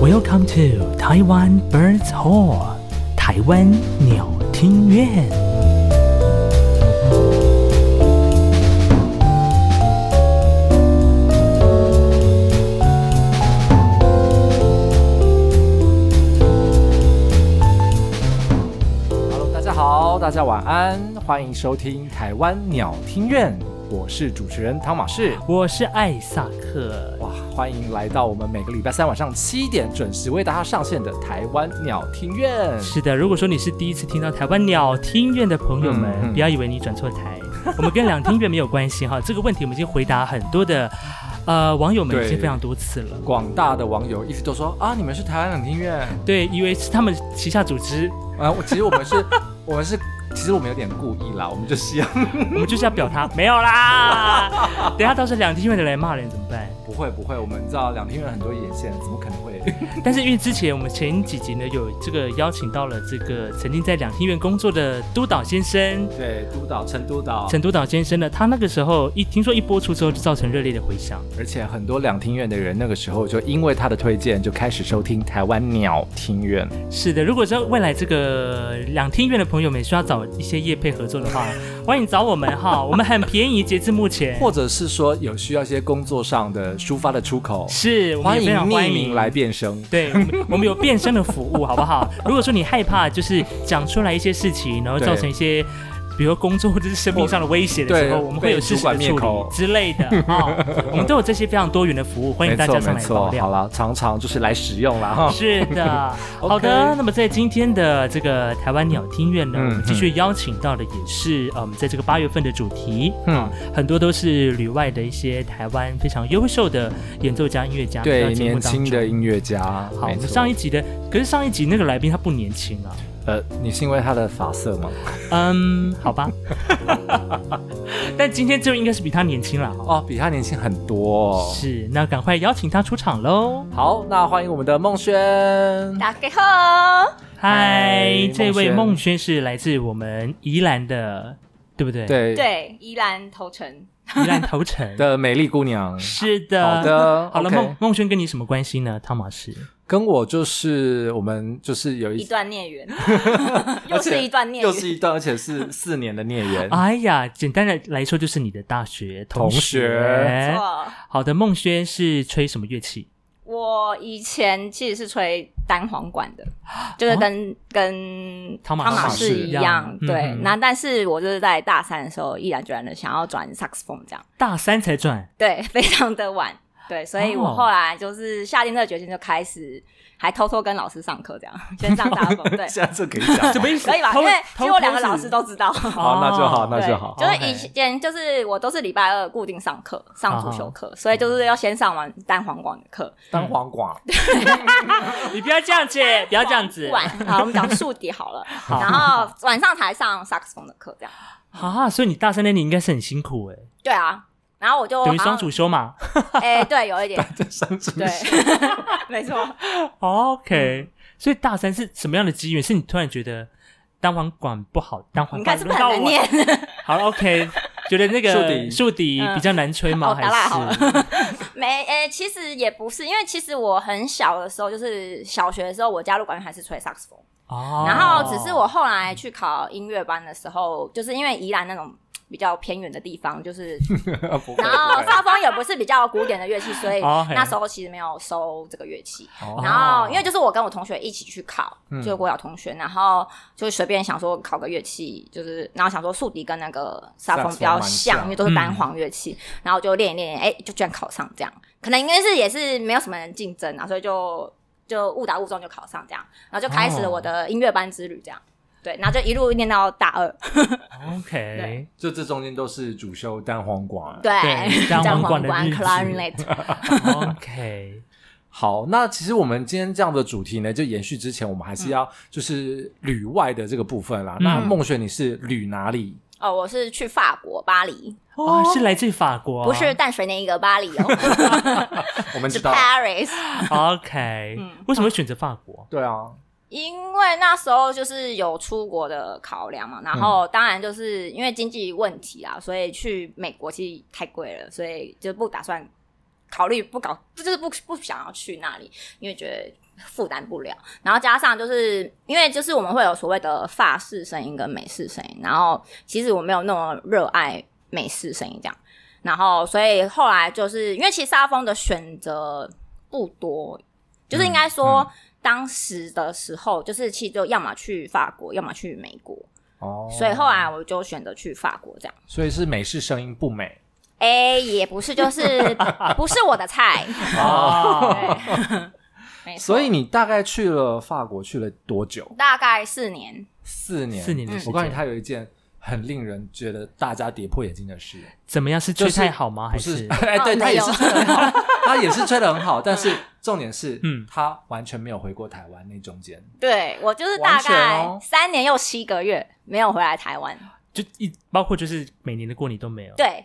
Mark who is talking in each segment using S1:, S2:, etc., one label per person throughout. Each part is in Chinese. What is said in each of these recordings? S1: Welcome to Taiwan Birds Hall，台湾鸟听院。
S2: Hello，大家好，大家晚安，欢迎收听台湾鸟听院，我是主持人汤马士。
S1: 我是艾萨克，
S2: 哇，欢迎来到我们每个礼拜三晚上七点准时为大家上线的台湾鸟听院。
S1: 是的，如果说你是第一次听到台湾鸟听院的朋友们，
S2: 嗯嗯
S1: 不要以为你转错台， 我们跟两厅院没有关系哈。这个问题我们已经回答很多的呃网友们已经
S2: 对
S1: 非常多次了。
S2: 广大的网友一直都说啊，你们是台湾鸟听 院，
S1: 对，以为是他们旗下组 织，
S2: 啊，我其实我们是，我们是，其实我们有点故意啦，我们就希望
S1: 我们就是要表他没有啦。 等一下到时候两厅院的人来骂人怎么办？
S2: 不会不会，我们知道两厅院很多眼线，怎么可能会？
S1: 但是因为之前我们前几集呢有这个邀请到了这个曾经在两厅院工作的督导先生，
S2: 对，督导陈督导，
S1: 陈督导先生呢，他那个时候一听说一播出之后就造成热烈的回响。
S2: 而且很多两厅院的人那个时候就因为他的推荐就开始收听台湾鸟听院。
S1: 是的，如果说未来这个两厅院的朋友们需要找一些业配合作的 话，欢迎找我们哈，我们很便宜，截至目前。
S2: 或者是说有需要一些工作上的抒发的出口，
S1: 是，我们
S2: 欢
S1: 也
S2: 迎
S1: 非常欢
S2: 匿
S1: 迎
S2: 名来。变声。
S1: 对，我们我们有变声的服务，好不 好？如果说你害怕，就是讲出来一些事情，然后
S2: 对
S1: 造成一些，比如说工作或者是生命上的威胁的时候，
S2: 对
S1: 我们会有
S2: 被
S1: 适时
S2: 主
S1: 的
S2: 管
S1: 处
S2: 灭
S1: 理
S2: 口
S1: 之类的啊、 我们都有这些非常多元的服务，欢迎
S2: 没
S1: 大家
S2: 错
S1: 上
S2: 没
S1: 来爆
S2: 错，
S1: 料
S2: 好。啦，常常就是来使用啦哈。
S1: 是的，
S2: OK
S1: 好的。那么在今天的这个台湾鸟听院呢，
S2: 嗯
S1: 我们继续邀请到的也是呃，我们在这个八月份的主题，
S2: 嗯，
S1: 很多都是旅外的一些台湾非常优秀的演奏家、音乐家，来
S2: 对，
S1: 到节目
S2: 年
S1: 当
S2: 轻的
S1: 中。
S2: 音乐家。
S1: 好，我
S2: 没
S1: 们
S2: 错
S1: 上一集的，可是上一集那个来宾他不年轻啊。
S2: 呃，你是因为他的发色吗？
S1: 嗯，好 吧。但今天就应该是比他年轻了哦。
S2: 哦，比他年轻很多哦。
S1: 是，那赶快邀请他出场喽！
S2: 好，那欢迎我们的孟轩。
S3: 打给后，
S1: 嗨
S2: 嗨，
S1: 这位
S2: 孟轩
S1: 孟轩是来自我们宜兰的，对不对？
S2: 对
S3: 对，宜兰头城，
S1: 宜兰头城
S2: 的美丽姑娘。
S1: 是的，
S2: 好，的，
S1: 好了，
S2: OK
S1: 孟孟轩跟你什么关系呢？汤马士，
S2: 跟我就是我们就是有
S3: 一
S2: 一
S3: 段 孽缘，
S2: 而
S3: 又
S2: 且
S3: 是一段孽
S2: 又是
S3: 缘。
S2: 一段，而且是四年的 孽缘。
S1: 哎呀，简单的来说就是你的大学
S2: 同
S1: 学。
S2: 学
S3: 错，
S1: 好的，孟轩是吹什么乐器？
S3: 我以前其实是吹单簧管的，
S2: 哦
S3: 就是跟、跟
S1: 汤马
S3: 马
S2: 士，
S3: 士一
S1: 一样
S3: 对
S1: 嗯。
S3: 那、但是我就是在大三的时候，毅然决然的想要转萨克斯风，这样
S1: 大三才转，
S3: 对， 非常的晚。对，所以
S1: 哦
S3: 我后来就是下定这个决心，就开始还偷偷跟老师上课，这 样先上大风，对
S2: 现在这可以讲
S1: 什么意思？
S3: 可以吧？
S1: 偷
S3: 因为
S1: 偷
S3: 其实我两个
S1: 偷
S3: 老师都知道，
S2: 好，那就好，
S1: 哦
S2: 那
S3: 对，
S2: 就好。
S3: 就是以
S1: OK
S3: 前就是我都是礼拜二固定上课，上主修
S1: 啊
S3: 课，所以就是要先上完单簧管的课。
S2: 当黄瓜，
S1: 你不要这样子，不要这样子
S3: 不。晚，好，我们讲竖笛好了。
S1: 好
S3: 然后晚上才上萨克斯风的课，这样。
S1: 啊，所以你大三那年应该是很辛苦哎，
S3: 对啊，然后我就
S1: 等于双主修嘛。
S3: 好像哎、对，有 一点，
S2: 这上主
S3: 对， 没错。
S1: 哦 OK，所以大三是什么样的机缘？是你突然觉得单簧管不好，单簧
S3: 你
S1: 管
S3: 看是
S1: 轮
S3: 不是
S1: 到
S3: 很难
S1: 我
S3: 念？
S1: 好了，OK，觉得那个
S2: 树敌
S1: 树敌比较难吹吗？
S3: 嗯哦打蜡好
S1: 还是
S3: 没，哎、其实也不是，因为其实我很小的时候，就是小学的时候，我加入管乐团是吹萨克斯风。
S1: 哦
S3: 然后只是我后来去考音乐班的时候，就是因为宜兰那种比较偏远的地方，就是，
S2: 啊不会
S3: 然后萨风也不是比较古典的乐器，所以
S1: 哦嘿
S3: 那时候其实没有收这个乐器。
S2: 哦
S3: 然后因为就是我跟我同学一起去考，就是国小同学，然后就随便想说考个乐器，就是然后想说竖笛跟那个萨风比
S2: 萨
S3: 较
S2: 风蛮
S3: 像，
S2: 像
S3: 因为都是单簧乐器，然后就练一练，哎，就居然考上这样，可能应该是也是没有什么人竞争啊，所以就。就误打误撞就考上这样，然后就开始了我的音乐班之旅，这样、对，然后就一路念到大二，
S1: OK，
S2: 就这中间都是主修单黄瓜。
S3: 对，
S1: 单簧管的
S3: 管
S1: 日子
S3: clarinet，
S1: OK，
S2: 好，那其实我们今天这样的主题呢，就延续之前，我们还是要就是旅外的这个部分啦。
S1: 嗯
S2: 那孟璇，你是旅哪里？
S3: 哦，我是去法国巴黎，
S1: 哦，是来自法国，
S3: 不是淡水那一个巴黎 哦，
S2: 哦我们知
S3: 是
S2: 道，
S3: Paris，
S1: OK，
S3: 嗯
S1: 为什么会选择法国？
S2: 对啊，
S3: 因为那时候就是有出国的考量嘛，然后当然就是因为经济问题啊，所以去美国其实太贵了，所以就不打算考虑不搞，就是不不想要去那里，因为觉得负担不了。然后加上就是因为就是我们会有所谓的法式声音跟美式声音，然后其实我没有那么热爱美式声音这样，然后所以后来就是因为其实沙风的选择不多，就是应该说。
S2: 嗯
S3: 当时的时候，就是其实就要么去法国，要么去美国，
S2: 哦，
S3: 所以后啊来我就选择去法国这样。
S2: 所以是美式声音不美
S3: 哎、也不是，就是 不是我的菜。
S1: 哦，
S3: 对， 没错
S2: 所以你大概去了法国去了多久？
S3: 大概四年，
S2: 四年，
S1: 四年的时
S2: 我告诉
S1: 间
S2: 你，，他有一件很令人觉得大家跌破眼镜的事，
S1: 怎么样？是吹
S2: 就是
S1: 太好吗？还
S2: 不是？
S1: 是
S2: 哎，对
S3: 哦
S2: 他也是
S3: 没有
S2: 吹的很 好，他也是吹的很好，但是重点是，
S1: 嗯
S2: 嗯，他完全没有回过台湾那中间，
S3: 对我就是大
S2: 完全
S3: 概
S2: 哦
S3: 三年又七个月没有回来台湾。
S1: 就一包括就是每年的过年都没有？
S3: 对，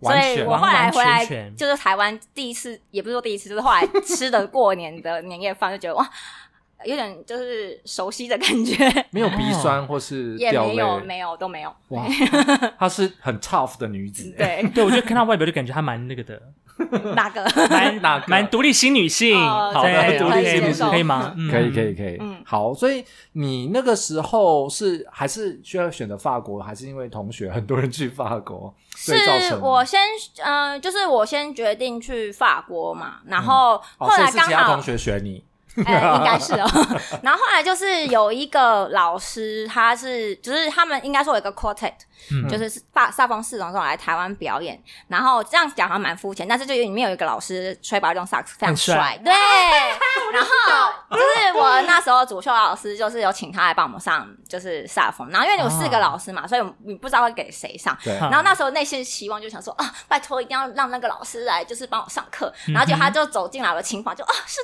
S3: 所
S2: 完
S3: 以
S2: 全
S3: 我后来回
S1: 完
S3: 来
S1: 完全全
S3: 就是台湾第一次，也不是说第一次，就是后来吃的过年的年夜饭，就觉得哇，有点就是熟悉的感觉，
S2: 没有鼻酸或是
S3: 哦也
S2: 掉
S3: 没有
S2: 泪，
S3: 没有都没有。
S2: 哇，她是很 tough 的女子，哎，
S3: 对，
S1: 对，我就看她外表就感觉她蛮那个的，
S3: 大哥，
S1: 蛮
S2: 哪 个
S1: 蛮独立新女性，
S3: 哦
S2: 好的
S1: 对，独立
S2: 可以
S1: 新女
S2: 接
S1: 性
S2: 受
S1: 可以吗？嗯
S2: 可以可以。可以，
S3: 嗯
S2: 好，所以你那个时候是还是需要选择法国，还是因为同学很多人去法国，所以造
S3: 是
S2: 成
S3: 我先，嗯、就是我先决定去法国嘛，然后后
S2: 哦，所以
S3: 来
S2: 是
S3: 刚
S2: 其他
S3: 好
S2: 同，学选你，
S3: 呃，应该是哦。 然后后来就是有一个老师，他是就是他们应该说有一个 quartet，、
S1: 嗯
S3: 就是法萨风四重奏来台湾表演。然后这样讲好像蛮肤浅，但是就里面有一个老师吹白种萨克斯非常
S1: 很帅
S3: 帅， 对。然后就是我那时候主修老师就是有请他来帮我们上就是萨风，然后因为有四个
S1: 啊
S3: 老师嘛，所以我们你不知道会给谁上。
S2: 对，
S1: 好
S3: 然后那时候内心期望就想说啊，拜托一定要让那个老师来，就是帮我上课。然后结果他就走进来我的琴房，就啊是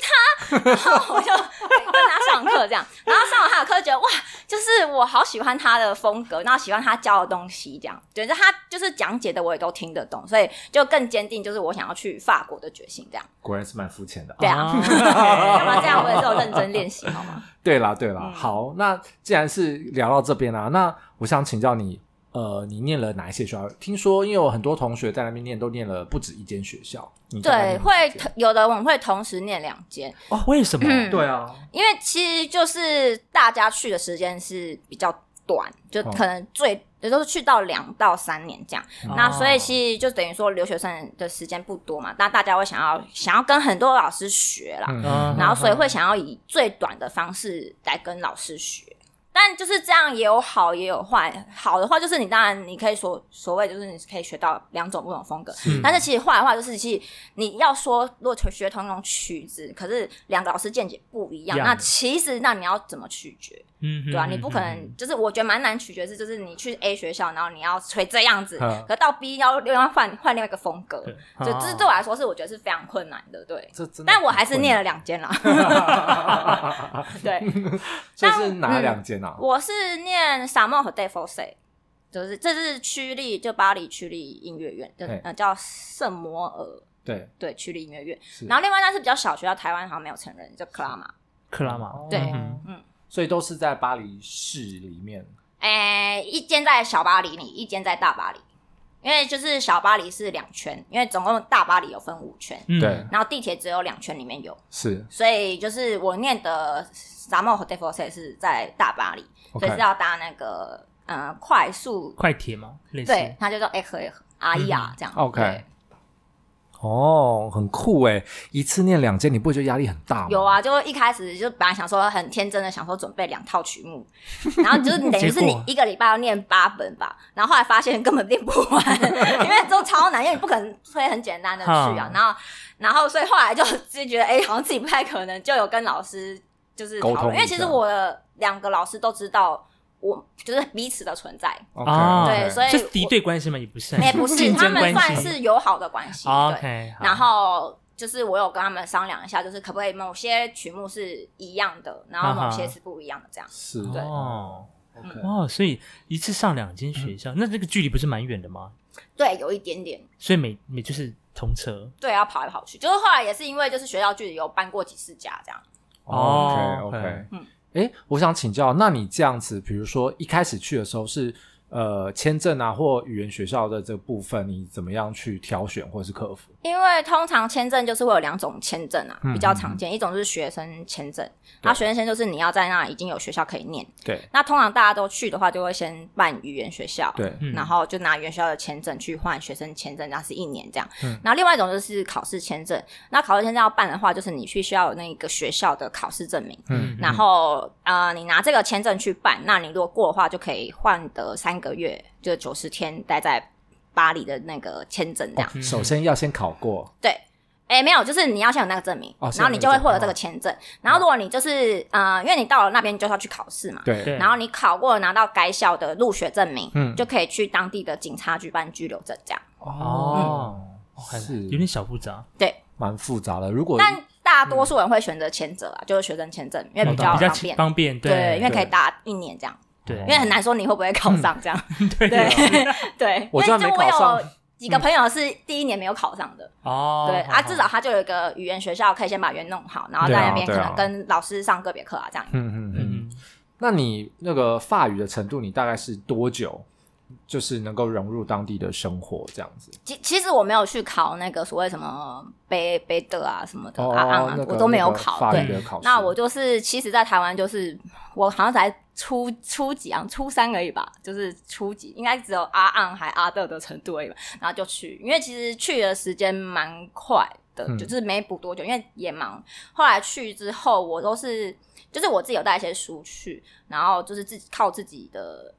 S3: 他，然后我就哎跟他上课这样。然后上完他的课，觉得哇，就是我好喜欢他的风格，然后喜欢他教的东西，这样。觉得他就是讲解的我也都听得懂，所以就更坚定就是我想要去法国的决心这样。
S2: 果然是蛮肤浅的啊。
S3: 对啊，
S1: 哦
S3: 干嘛这样？我也是有认真练习好吗？
S2: 对啦，对啦，
S3: 嗯
S2: 好，那既然是聊到这边啦、那我想请教你，呃，你念了哪一些学校？听说因为我很多同学在那边念，都念了不止一间学校，你在那
S3: 对，
S2: 边
S3: 会
S2: 念几间
S3: 有的我们会同时念两间，
S1: 哦，为什么？
S3: 嗯
S2: 对啊，
S3: 因为其实就是大家去的时间是比较短，就
S2: 哦
S3: 可能最也就是去到两到三年这样。
S1: 哦
S3: 那所以其实就等于说留学生的时间不多嘛，那大家会想要想要跟很多老师学啦，
S2: 嗯
S1: 嗯
S3: 然后所以会想要以最短的方式来跟老师学。但就是这样也有好也有坏，好的话就是你当然你可以所所谓就是你可以学到两种不同风格，
S2: 嗯
S1: 是
S3: 但是其实坏的话就是其实你要说如果学同一种曲子，可是两个老师见解不一样，
S1: 一样
S3: 那其实那你要怎么取决？
S1: 嗯哼
S3: 对啊，你不可
S1: 嗯哼
S3: 能，就是我觉得蛮难取决是，就是你去 A 学校，然后你要吹这样子
S2: 嗯，
S3: 可到 B 要又要换换另外一个风格，
S1: 嗯对啊
S3: 就这对我来说是我觉得是非常困难的，对。
S2: 这真的，
S3: 但我还是念了两间啦， 对，
S2: 这是哪两间啊？
S3: 我是念萨莫和 d e f o s e 就是这是区立，就巴黎区立音乐院，就
S2: 嘿
S3: 呃叫圣摩尔，
S2: 对，
S3: 对，区立音乐院。
S2: 是
S3: 然后另外那是比较小学校，台湾好像没有承认，叫克拉玛。
S1: 克拉玛，
S3: 对
S1: 嗯
S3: 嗯
S2: 所以都是在巴黎市里面，
S3: 诶、哎一间在小巴黎里，一间在大巴黎，因为就是小巴黎是两圈，因为总共大巴黎有分五圈，
S1: 嗯
S2: 对，
S3: 然后地铁只有两圈里面有，
S2: 是
S3: 所以就是我念的萨莫和 d e f o s 是在大巴黎所
S2: OK
S3: 以是要搭那个呃快速，
S1: 快嗯铁嘛，类似
S3: 对，它就哎叫 X X R E R 这样。
S2: OK
S3: 对
S2: 哦，很酷哎，一次念两间，你不会觉得压力很大吗？
S3: 有，啊，就一开始就本来想说很天真的想说准备两套曲目， 然后就是你等于是
S1: 结
S3: 你
S1: 果
S3: 一个礼拜要念八本吧，然后后来发现根本念不完，因为都超难，因为你不可能吹很简单的曲啊
S1: 哈。
S3: 然后，然后所以后来就自己觉得，哎、好像自己不太可能，就有跟老师就是
S2: 沟
S3: 讨
S2: 通
S3: 论，因为
S2: 一
S3: 其
S2: 下
S3: 实我的两个老师都知道我就是彼此的存在，
S1: 啊，
S3: 对所以
S1: 这是敌对关系吗？也不是，
S3: 也、不是
S1: 竞
S3: 他
S1: 争
S3: 们
S1: 关
S3: 算
S1: 系。
S3: 是友好的关系，
S1: 哦
S3: 对。
S1: OK，好
S3: 然后就是我有跟他们商量一下，就是可不可以某些曲目是一样的，然后某些是不一样的这样。
S2: 是
S3: 对
S1: 哦
S2: OK
S1: 哦，所以一次上两间学校，那这个距离不是蛮远的吗？
S3: 对，有一点点，
S1: 所以每每就是同车
S3: 对，要跑来跑去。就是后来也是因为就是学校距离有搬过几次家这样。
S1: 哦
S2: OK，OK，
S1: 嗯
S2: 哎，我想请教，那你这样子，比如说一开始去的时候是呃签证啊或语言学校的这个部分，你怎么样去挑选或是克服？
S3: 因为通常签证就是会有两种签证啊，
S2: 嗯
S3: 比较常见，一种是学生签证，
S2: 对
S3: 那学生签就是你要在那已经有学校可以念，
S2: 对
S3: 那通常大家都去的话，就会先办语言学校，
S2: 对，
S1: 嗯
S3: 然后就拿原校的签证去换学生签证，那是一年这样。
S2: 嗯
S3: 然后另外一种就是考试签证，那考试签证要办的话，就是你必须要有那个学校的考试证明，
S2: 嗯，
S3: 然后呃，你拿这个签证去办，那你如果过的话，就可以换得三个月，就九十天待在巴黎的那个签证这样。
S1: 嗯
S2: 哦首先要先考过，
S3: 对。哎，没有，就是你要先有那个证明，
S2: 哦先有
S3: 然后你就会获得这
S2: 那
S3: 个
S2: 个
S3: 签证。然后如果你就是呃，因为你到了那边就是要去考试嘛，
S2: 对
S1: 对
S3: 然后你考过了拿到该校的入学证明，
S2: 嗯
S3: 就可以去当地的警察局办拘留证，这样。
S2: 哦，
S1: 嗯很
S2: 是
S1: 有点小复杂，
S2: 蛮复杂的。如果
S3: 但大多数人会选择签证啊，
S2: 嗯
S3: 就是学生签证，因为比较
S2: 哦
S1: 比较
S3: 方
S1: 起
S3: 便。
S1: 方便，
S3: 对，因为
S1: 对
S3: 可以打一年这样，
S1: 对
S3: 因为很难说你会不会考上这样。对 对，
S2: 嗯我
S3: 因
S2: 知道
S3: 为
S2: 没
S3: 就我
S2: 考上嗯
S3: 有几个朋友是第一年没有考上的，
S1: 哦，
S3: 对啊，
S1: 好
S3: 至少他就有一个语言学校可以先把语言弄好，然后在
S2: 对啊
S3: 那边可
S2: 对啊
S3: 能跟老师上个别课啊这样。
S2: 嗯嗯嗯，
S1: 嗯，
S2: 那你那个法语的程度，你大概是多久？就是能够融入当地的生活这样子，
S3: 其其实我没有去考那个所谓什么北北德啊什么的
S2: 哦
S3: 啊啊，
S2: 那个
S3: 我都没有
S2: 那个
S3: 考。
S2: 法
S3: 对
S2: 语，的考试。
S3: 那我就是，其实，在台湾就是我好像才初初几啊，初三而已吧，就是初几，应该只有阿昂还阿德的程度而已吧。然后就去，因为其实去的时间蛮快的，
S2: 嗯
S3: 就是没补多久，因为也忙。后来去之后，我都是就是我自己有带一些书去，然后就是自己靠自己的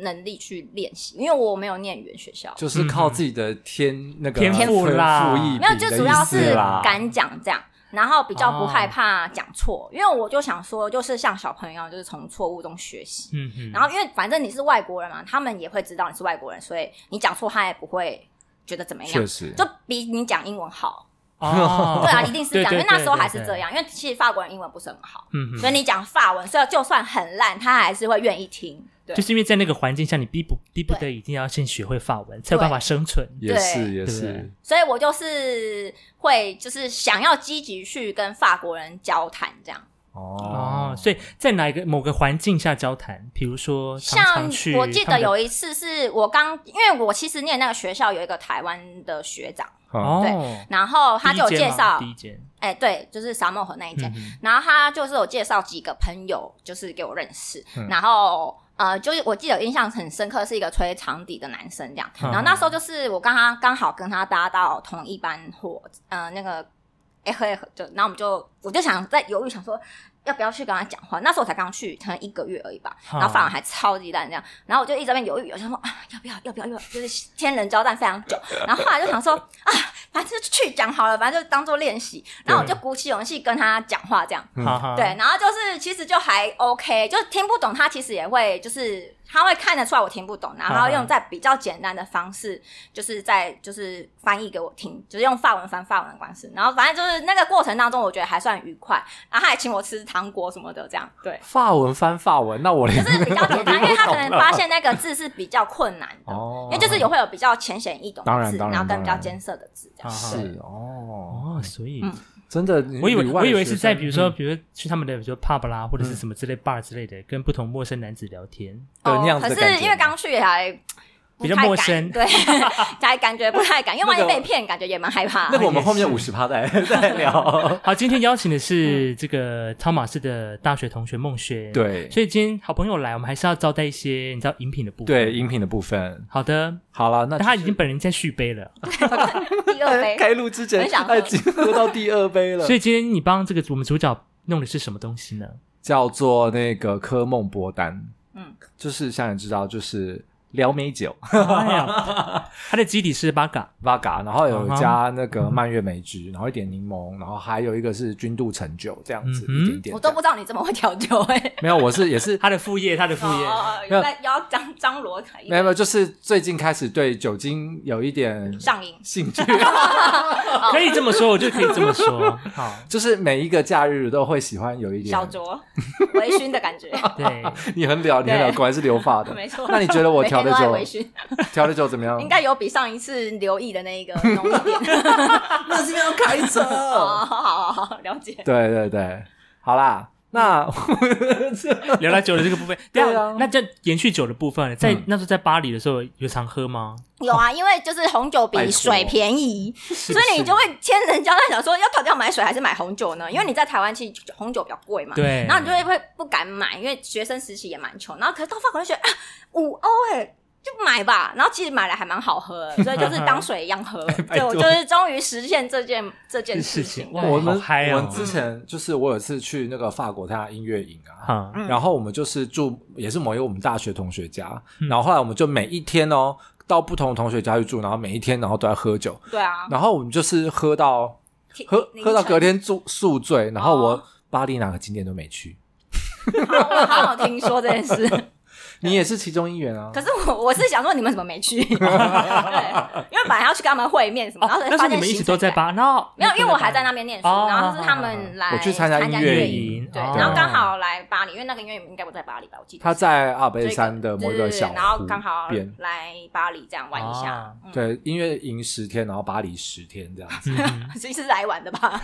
S3: 能力去练习，因为我没有念语言学校，
S2: 就是靠自己的天那个
S1: 嗯天赋啦
S2: 天赋异
S3: 没有，
S2: 禀
S3: 就
S2: 的
S3: 主要
S2: 意思
S3: 是
S2: 啦
S3: 敢讲这样，然后比较不
S1: 哦
S3: 害怕讲错，因为我就想说，就是像小朋友，就是从错误中学习。
S1: 嗯嗯，
S3: 然后，因为反正你是外国人嘛，他们也会知道你是外国人，所以你讲错他也不会觉得怎么样
S2: 确，实
S3: 就比你讲英 文好。
S1: 哦，
S3: 对啊，一定是这样，因
S1: 对
S3: 为那时候还是
S1: 对
S3: 这样，因为其实法国人英文不是很好，
S1: 嗯嗯
S3: 所以你讲法文，所以就算很烂，他还是会愿意听。对
S1: 就，是因为在那个环境下，你逼不逼不得已一定要先学会法文，才有办法生存。
S2: 也是也
S1: 对
S2: 是，
S3: 所以我就是会就是想要积极去跟法国人交谈这样。
S2: 哦
S1: 哦，所以在哪一个某个环境下交谈，比如说常
S3: 像
S1: 常去，
S3: 我记
S1: 他
S3: 得
S1: 们的
S3: 有一次是我刚，因为我其实念那个学校有一个台湾的学长，
S2: 哦，
S1: 哦，
S3: 然后他就有
S1: 第一间吗
S3: 介绍，
S1: 第一间，
S3: 哎、对，就是沙漠河那一间，
S1: 嗯哼
S3: 然后他就是有介绍几个朋友，就是给我认识，
S2: 嗯
S3: 然后呃，就是我记得有印象很深刻是一个吹长笛的男生这样，
S2: 嗯
S3: 然后那时候就是我刚刚刚好跟他搭到同一班火，呃，那个哎呵哎呵，就然后我们就我就想在犹豫，想说要不要去跟他讲话，那时候我才刚去，可能一个月而已吧，
S1: 嗯
S3: 然后法文还超级烂这样，然后我就一直在那边犹豫，我想说啊，要不要要不要要不要，就是天人交战非常久，然后后来就想说啊，反正就去讲好了，反正就当做练习，然后我就鼓起勇气跟他讲话这样。
S2: 嗯，
S1: 哈哈，
S3: 对，，然后就是其实就还 OK，就是听不懂他其实也会就是他会看得出来我听不懂，然后他
S1: 嗯
S3: 用在比较简单的方式，就是在就是翻译给我听，就是用法文翻法文的方式，然后反正就是那个过程当中，我觉得还算愉快，然后他还请我吃糖果什么的，这样对
S2: 法文翻法文， 那我连
S3: 就是比较简单，因为他可能发现那个字是比较困难的，
S2: 哦
S3: 因为就是有会有比较浅显易懂
S2: 当
S3: 的
S2: 然
S3: 字，
S2: 当然
S3: 然后跟
S2: 当
S3: 比较
S2: 然啊
S3: 艰涩的字这样。
S1: 哈
S2: 是哦，
S1: 哦，所以
S3: 嗯
S2: 真的，
S1: 啊我以为
S2: 旅外
S1: 我
S2: 的
S1: 以为
S2: 学
S1: 是在嗯
S2: 生
S1: 比如说
S2: 嗯
S1: 比如说去他们的比如说 pub 啦，或者是什么之类 bar 之类的，跟不同陌生男子聊天，
S2: 的那样
S3: 哦可
S2: 子的
S3: 是
S2: 感觉
S3: 因为刚去也还不
S1: 比较
S3: 太
S1: 陌
S3: 敢
S1: 生
S3: 对， 才感觉不太敢，因为万一
S2: 那个
S3: 被骗，感觉啊也蛮害怕。
S2: 那个我们
S1: 也
S2: 后面
S1: 是
S2: 五十趴再再 聊，
S1: 好，今天邀请的
S3: 嗯
S1: 是这个汤马士的大学同学孟轩。，
S2: 对
S1: 所以今天好朋友来，我们还是要招待一些你知道饮啊品的部分。
S2: 对，，音频的部分。
S1: 好的。
S2: 好了，那
S1: 但他已
S2: 就是
S1: 经本人在续杯了，
S3: 第二杯，
S2: 开录之前
S3: 很想喝
S2: 他已经喝到第二杯了
S1: 所，以今天你帮这个我们主角弄的是什么东西 呢？
S2: 叫做那个科梦波丹，
S3: 嗯，
S2: 就是像你知道，就是撩妹酒
S1: 哎呀，它的基底是八嘎，
S2: v a g a 然后有加那个蔓越莓汁，然后一点柠檬，然后还有一个是君度橙酒这样子，
S1: 嗯哼
S2: 一点点。
S3: 我都不知道你这么会调酒哎、欸。
S2: 没有，我是也 是
S1: 他的副业，他的副
S3: 哦
S1: 业。
S3: 哦，
S2: 没有
S3: 有在要张张罗可以
S2: 没有，没有，就是最近开始对酒精有一点
S3: 上瘾，
S2: 兴趣，
S3: 哦
S1: 可以这么说，我就可以这么说。好，
S2: 就是每一个假日都会喜欢有一点
S3: 小酌微醺的 感觉，
S1: 对，
S2: 你很了，你很了，
S3: 对
S2: 果然是留发的。
S3: 没错。
S2: 那你觉得我
S3: 每
S2: 调
S3: 天
S2: 的
S3: 都在
S2: 酒嗯
S3: 微，醺，
S2: 调的酒怎么样？
S3: 应该有比上一次留意的那一个浓一点。
S2: 那是要开车。
S3: 哦哦，好好好，了解。
S2: 对对对，好啦，那
S1: 聊到酒的这个 部分，对
S2: 对啊
S1: 啊，那这延续酒的部分，在
S2: 嗯
S1: 那时候在巴黎的时候有常喝吗？
S3: 有啊，因为就是红酒
S2: 拜
S3: 比
S2: 托
S3: 水便宜，
S2: 所
S3: 所以你就会千人交代想说，要到底要买水还是买红酒呢？因为你在台湾其实红酒比较贵嘛，
S1: 对
S3: 然后你就会会不敢买，因为学生时期也蛮穷。然后可是到法国就觉得啊，五欧哎，就买吧。然后其实买了还蛮好喝，所以就是当水一样喝。
S2: 拜
S3: 对，
S2: 托
S3: 我就是终于实现这件这件事情。
S1: 哇，
S2: 我们
S1: 好嗨
S2: 我
S1: 哦
S2: 们！之前就是我有一次去那个法国参加音乐营啊，
S1: 哈，
S3: 嗯
S2: 然后我们就是住也是某一个我们大学同学家，
S3: 嗯
S2: 然后后来我们就每一天哦到不同的同学家去住，然后每一天然后都在喝酒，
S3: 对啊，
S2: 然后我们就是喝到喝喝到隔
S3: 天，
S2: 天宿宿醉，然后我
S3: 哦
S2: 巴黎哪个景点都没去，
S3: 好我好有听说这件事。
S2: 你也是其中一员啊
S3: 可。是我我是想说，你们怎么没去？对， 因为本来要去跟他们会面什么，然后
S1: 哦，
S3: 才
S1: 那时
S3: 发
S1: 候
S3: 现
S1: 你们一
S3: 行
S1: 起
S3: 程
S1: 都在
S3: 改
S1: 巴，然后
S3: 没有，因为我还在
S1: 那
S3: 那边念书，
S1: 哦
S3: 然后是他们来
S2: 我去参加音
S3: 音
S2: 乐
S1: 乐
S3: 营，
S1: 营，
S3: 对，
S1: 哦
S3: 然后刚好来巴黎，因为那个音乐营应该不在巴黎吧？我记得
S2: 他在阿尔
S3: 所
S2: 卑
S3: 以
S2: 山的某一个
S3: 对对对
S2: 小湖
S3: 然后刚好嗯
S2: 边，哦
S3: 来巴黎这样玩一下
S1: 啊，
S3: 嗯，
S2: 对，音乐营十天，然后巴黎十天这样子。
S1: 嗯
S3: 其实是来玩的 吧？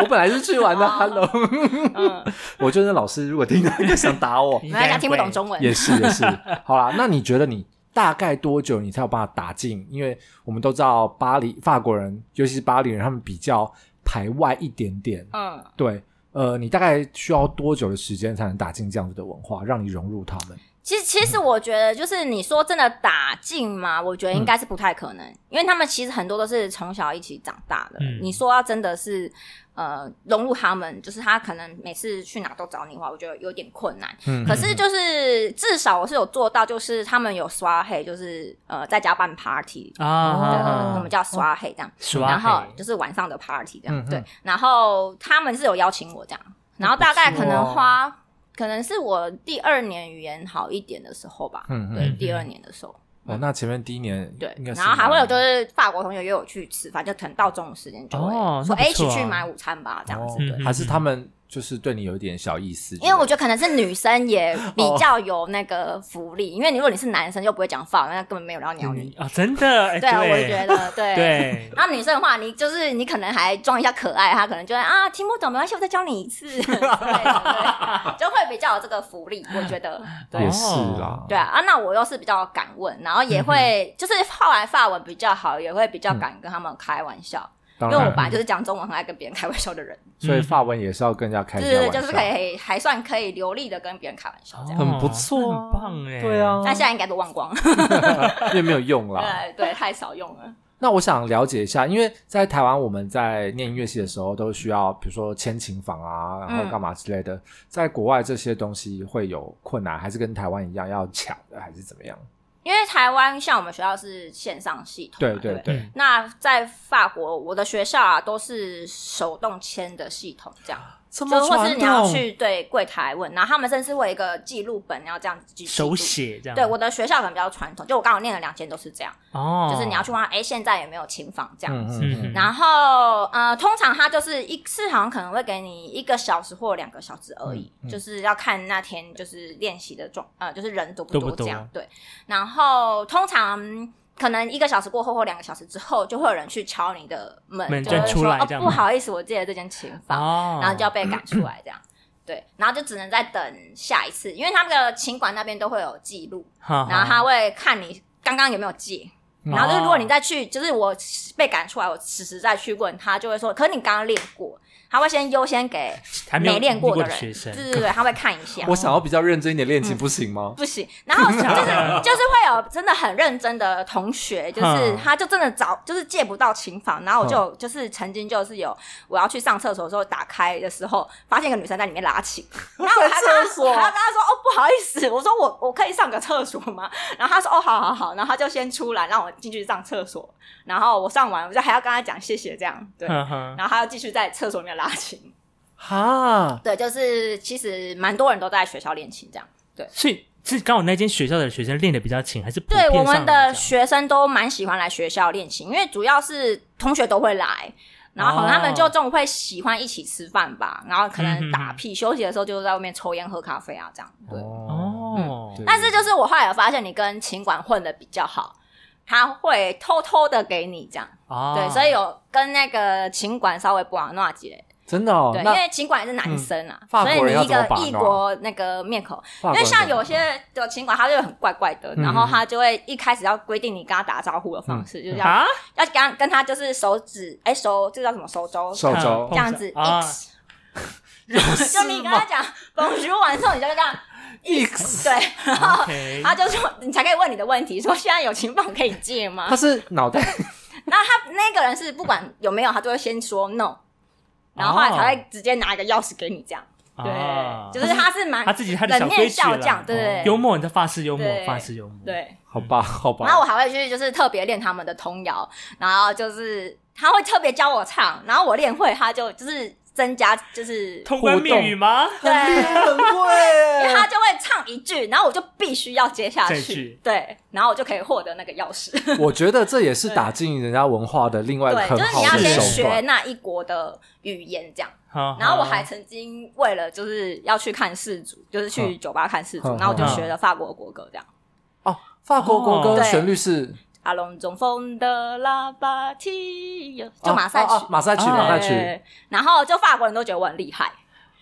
S2: 我本来是去 玩的
S3: 哦
S2: ，Hello，
S3: 嗯，
S2: 我觉得老师如果听到就想打我。
S1: 应该
S3: 大家听不懂
S1: 会
S3: 中文，
S2: 也是也 是，好啦，那你觉得你大概多久你才有办法打进？因为我们都知道巴黎法国人，尤其是巴黎人，他们比较排外一点点。
S3: 嗯。
S2: 对，呃，你大概需要多久的时间才能打进这样子的文化，让你融入他们？
S3: 其实，其实我觉得，就是你说真的打进嘛，我觉得应该是不太可能，因为他们其实很多都是从小一起长大的。
S1: 嗯
S3: 你说要真的是呃融入他们，就是他可能每次去哪都找你的话，我觉得有点困难。
S2: 嗯
S3: 可是就是至少我是有做到，就是他们有刷黑，就是呃在家办 party，、对，我
S1: 啊
S3: 们，叫刷黑这样，
S1: 刷
S3: 然后
S1: 黑
S3: 就是晚上的 party 这样，
S2: 嗯嗯
S3: 对，然后他们是有邀请我这样，然后大概可能
S1: 哦
S3: 花，可能是我第二年语言好一点的时候吧，
S2: 嗯嗯
S3: 对，
S1: 嗯
S3: 第二年的时候。
S2: 哦，那前面第一年
S3: 对
S2: 应该，是
S3: 然后还会有就是法国同学约我去吃饭，就可能到中午时间就会
S1: 哦
S3: 说
S1: 那
S3: 哎
S1: 不
S3: 一起
S1: 错啊
S3: 去买午餐吧这样子，
S2: 哦
S3: 对。
S1: 嗯
S2: 还是他们就是对你有一点小意思之类的，
S3: 因为我觉得可能是女生也
S2: 哦
S3: 比较有那个福利，因为你如果你是男生就不会讲法文，那根本没有人要鸟你。
S1: 啊，真的，
S2: 嗯
S1: 哎
S3: 对啊，我就
S1: 对
S3: 觉 得对。
S1: 对，
S3: 然后女生的话，你就是你可能还装一下可爱，她可能就会啊听不懂没关系，我再教你 一次，之类的对就会比较有这个福利，我觉得对
S2: 也。是啦，
S3: 对啊，啊，那我又是比较敢问，然后也
S2: 嗯
S3: 会、就是后来法文比较好，也会比较敢跟他们开玩笑，
S2: 当
S3: 因为我
S2: 然嗯
S3: 本，来就是讲中文很爱跟别人开玩笑的人，
S2: 所以法文也是要更加开
S3: 对
S2: 一
S3: 对
S2: 下
S3: 对，
S2: 玩
S3: 就是
S2: 笑
S3: 可，以还算可以流利的跟别人开玩笑这样。
S2: 很不错啊
S1: 哦很棒哎，
S2: 对，啊，
S3: 但现在应该都忘光了，
S2: 因为没有用啦。
S3: 对对，太少用了。
S2: 那我想了解一下，因为在台湾我们在念音乐系的时候都需要，比如说签琴房啊，
S3: 嗯
S2: 然后干嘛之类的。在国外这些东西会有困难，还是跟台湾一样要抢的，还是怎么样？
S3: 因为台湾像我们学校是线上系统
S2: 对
S3: 嘛，
S2: 对
S3: 不
S2: 对，
S1: 嗯
S3: 那在法国，我的学校啊都是手动签的系统，这样，
S2: 这
S3: 就或是你要去对柜台问，然后他们甚至会有一个记录本，然后这样子去记录
S1: 手。写
S2: 啊
S1: 这样，
S3: 对，我的学校可能比较传统，就我刚好念了两间都是这样，
S1: 哦，
S3: 就是你要去问他，哎，现在有没有琴房这样
S2: 嗯
S3: 子。
S2: 嗯嗯
S1: 嗯
S3: 然后呃，通常它就是一次好像可能会给你一个小时或两个小时而已，
S2: 嗯嗯
S3: 就是要看那天就是练习的状呃，就是人多不
S1: 多不多啊
S3: 这样对。然后通常可能一个小时过后或两个小时之后，就会有人去敲你的门，
S1: 门
S3: 就会
S1: 就出
S3: 说
S1: 来
S3: 哦
S1: 这样
S3: 不
S1: 吗
S3: 好意思，我借了这间琴房，
S1: 哦，
S3: 然后就要被赶出来这样。对，然后就只能再等下一次，因为他们的琴馆那边都会有记录，
S1: 哈，
S3: 然后他
S1: 哈
S3: 会看你刚刚有没有借，
S1: 哦
S2: 嗯
S3: 然后就是如果你再去，就是我被赶出来，我此时再去问他，就会说，可是你刚刚练过，他会先优先给
S1: 还没有
S3: 没练过的
S1: 的
S3: 人，
S1: 学
S3: 对
S1: 生，
S3: 对对，他会看一下
S2: 我。想要比较认真一点练琴，不行吗？
S3: 不行，然 后就是就是会有真的很认真的同学，就是
S1: 嗯
S3: 他就真的找就是借不到琴房，然后我就就是曾经就是有我要去上厕所的时候打开的时候，发现一个女生在里面拉 琴，然后我还跟他说，还要跟他说哦不好意思，我说我我可以上个厕所吗？然后他说哦好好好，然后他就先出来让我进去上厕所，然后我上完我就还要跟他讲谢谢这样，对，
S1: 嗯哼，
S3: 然后他又继续在厕所里面拉琴，
S2: 哈，
S3: 对，就是其实蛮多人都在学校练琴这样。
S1: 所以是刚好那间学校的学生练的比较勤，还是普
S3: 对
S1: 遍
S3: 我们
S1: 上来
S3: 的
S1: 讲
S3: 学生都蛮喜欢来学校练琴，因为主要是同学都会来，然后可能他们就中午会喜欢一起吃饭吧，然后可能打屁、休息的时候就在外面抽烟喝咖啡啊这样。对，
S1: 哦，
S2: 对
S3: 但是就是我后来有发现，你跟琴馆混的比较好。他会偷偷的给你这样，
S1: 哦，
S3: 对，所以有跟那个琴馆稍微不玩闹几嘞，
S2: 真的哦。
S3: 对，因
S2: 那嗯
S3: 为琴管也是男生啊，
S2: 法
S3: 所以
S2: 国人
S3: 你
S2: 要
S3: 一
S2: 怎么
S3: 个
S2: 把
S3: 异
S2: 弄
S3: 国那个面孔，
S2: 法
S3: 因
S2: 国
S3: 为
S2: 人
S3: 像
S2: 怎么
S3: 有些的琴馆，他就很怪怪的，
S2: 嗯
S3: 然后他就会一开始要规定你跟他打招呼的方
S2: 嗯
S3: 式，就是要、
S1: 啊，
S3: 要跟他跟他就是手指，哎、手这叫什么手肘，
S2: 手肘
S3: 这样子一、
S1: 啊，
S3: 就你跟他讲 bonjour 完之后，你就这样
S2: X
S3: 对，然后
S1: 啊 OK
S3: 他就说你才可以问你的问题，说现在有琴房可以借吗
S2: 他？是脑 袋
S3: 那他那个人是不管有没有，他都会先说 no，然后后来才
S2: 哦
S3: 会直接拿一个钥匙给你这样。对，
S1: 啊
S3: 就是他是蛮
S1: 他自己他的小
S3: 冷
S1: 规
S3: 面
S1: 矩
S3: 笑
S1: 啦
S3: 匠，对对
S1: 幽
S3: 对
S1: 默，你的法式幽默，
S3: 对
S1: 法式幽默，，
S3: 对。
S2: 好吧，好
S3: 然
S2: 吧
S3: 后我，还会去就是特别练他们的童谣，然后就是他会特别教我唱，然后我练会，他就就是增加就是
S1: 通关密语吗？
S3: 对，
S2: 很
S3: 因为
S2: 会
S3: 他
S2: 耶。
S3: 就会唱一句，然后我就必须要接下
S1: 再
S3: 去
S1: 去，
S3: 对，然后我就可以获得那个 钥匙，
S2: 我觉得这也是打进人家文化的另外一个
S3: 对，
S2: 很
S3: 就是
S2: 好
S3: 你要
S2: 的
S3: 先
S2: 手
S3: 学
S2: 段。
S3: 那一国的语言这样。
S1: 好
S3: 然后我还
S1: 好
S3: 曾经为了就是要去看世足，就是去
S2: 嗯
S3: 酒吧看世足，
S2: 嗯
S3: 然后我就学了法国国歌这样。
S2: 哦，法国国歌
S1: 哦
S3: 对
S2: 旋律是
S3: 阿隆中风的拉巴提哟，
S2: 哦
S3: 就马赛曲
S2: 哦，哦马赛曲，
S1: 哦
S2: 马赛曲。
S3: 对，然后就法国人都觉得我很厉害，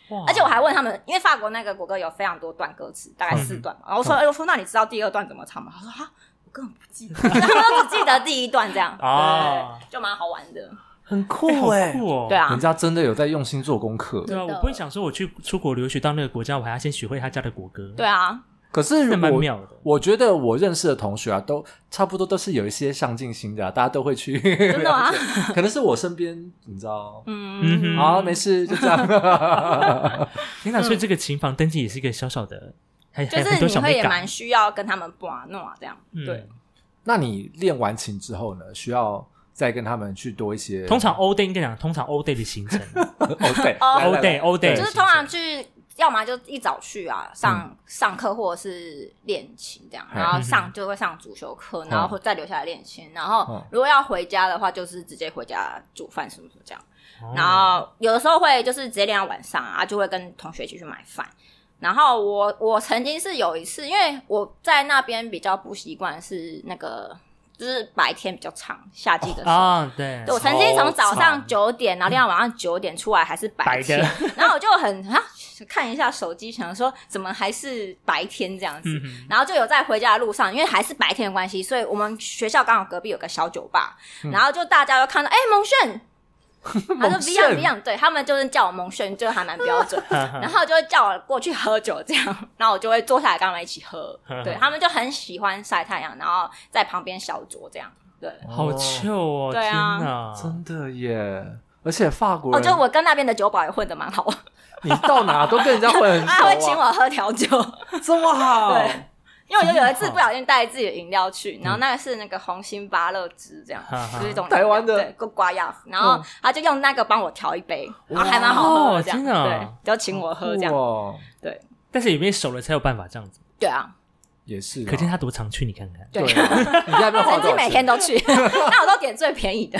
S1: 哇
S3: 而且我还问他们，因为法国那个国歌有非常多段歌词，大概
S1: 嗯
S3: 四段嘛。然后我说，哎，我说那你知道第二段怎么唱吗？他说哈，我根本不记得，就是他们都只记得第一段这样，
S1: 哦
S3: 对，就蛮好玩的，
S2: 很
S1: 哎好
S2: 酷哎，
S1: 酷哦，
S3: 对啊
S2: 人。家真的有在用心做功课。
S1: 对啊，
S3: 真的
S1: 我不会想说我去出国留学到那个国家，我还要先学会他家的国歌，
S3: 对，啊，
S2: 可
S1: 这
S2: 是如
S1: 蛮
S2: 果
S1: 妙的。
S2: 我觉得我认识的同学啊，都差不多都是有一些上进心的、啊，大家都会去。
S3: 真的吗？
S2: 可能是我身边，你知道。
S1: 嗯
S3: 嗯，
S2: 好、没事，就这样。
S1: 天哪，所以这个琴房登记也是一个小小的，还
S3: 就
S1: 还有很
S3: 是
S1: 多
S3: 你
S1: 小
S3: 会
S1: 美
S3: 也
S1: 感
S3: 蛮。需要跟他们玩弄啊，这样
S1: 嗯
S3: 对。
S2: 那你练完琴之后呢？需要再跟他们去多一些。
S1: 通常 all day 应该讲，通常 all day 的行 程
S2: 哦，对
S3: 哦
S2: 来来来
S1: all day，all day
S3: 就是通常去，要么就一早去啊，上、上课或者是练琴这样，
S2: 嗯
S3: 然后上就会上主修课，然后会再留下来练琴，然后
S2: 嗯
S3: 如果要回家的话，就是直接回家煮饭什么什么这样，
S1: 哦
S3: 然后有的时候会就是直接练到晚上啊，就会跟同学一起去买饭。然后我我曾经是有一次，因为我在那边比较不习惯是那个，就是白天比较长，夏季的时候，
S1: 啊，对
S3: 对，我曾经从早
S2: 超长
S3: 上九点，然后练到晚上九点出来还是白
S1: 白
S3: 天，
S1: 的
S3: 然后我就很啊看一下手机，想说怎么还是白天这样子。
S1: 嗯哼。
S3: 然后就有在回家的路上，因为还是白天的关系，所以我们学校刚好隔壁有个小酒吧，然后就大家都看到，哎、蒙炫，他说
S2: 蒙
S3: v
S2: 炫
S3: i a v i a 对他们就是叫我蒙炫，就还蛮标准。然后就会叫我过去喝酒，这样，然后我就会坐下来跟他们一起喝对他们就很喜欢晒太阳，然后在旁边小酌这样。对，
S1: 好糗哦，
S3: 对啊
S1: 天哪
S2: 真的耶！而且法国
S3: 哦，
S2: 人，
S3: 就我跟那边的酒保也混的蛮 好，
S2: 你到哪都跟人家混 很
S3: 他会请
S2: 熟啊，
S3: 我喝 调酒，
S2: 这么好。
S3: 对因为我就有一次不小心带自己的饮料去，
S2: 嗯
S3: 然后那个是那个红心芭乐汁，这样
S1: 哈哈
S3: 就是一种
S2: 台湾的嗯
S3: 对，瓜亚，然后他就用那个帮我调一杯，然后还蛮好喝的，这样
S1: 哇真的啊
S3: 对，就请我喝这样
S2: 酷，哦
S1: 但是也没熟了才有办法这样子，
S3: 对啊，
S2: 也是啊。
S1: 可见他多常去，你看看。
S3: 对
S2: 对，啊，你在那边花多
S3: 曾
S2: 少
S3: 经 每天
S2: 钱？
S3: 都去， 那我都点最 便宜的，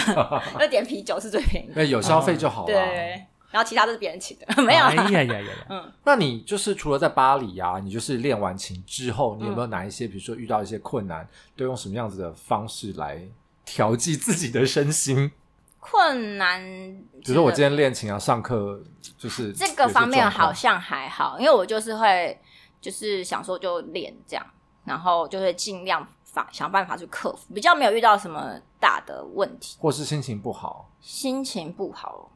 S3: 就点啤酒是最便宜的，
S2: 那有消费就好啊了。
S3: 对，然后其他都是别人请的，没有啊
S1: 哎
S3: 啦，
S1: 呀呀呀呀！
S2: 那你就是除了在巴黎啊，你就是练完琴之后，你有没有哪一些，比如说遇到一些困难，都用什么样子的方式来调剂自己的身心？
S3: 困难，
S2: 比如说我今天练琴啊，上课就是
S3: 这个方面好
S2: 有些
S3: 像还好，因为我就是会就是想说就练这样，然后就会尽量法想办法去克服，比较没有遇到什么大的问题，
S2: 状况，或是心情不好，
S3: 心情不好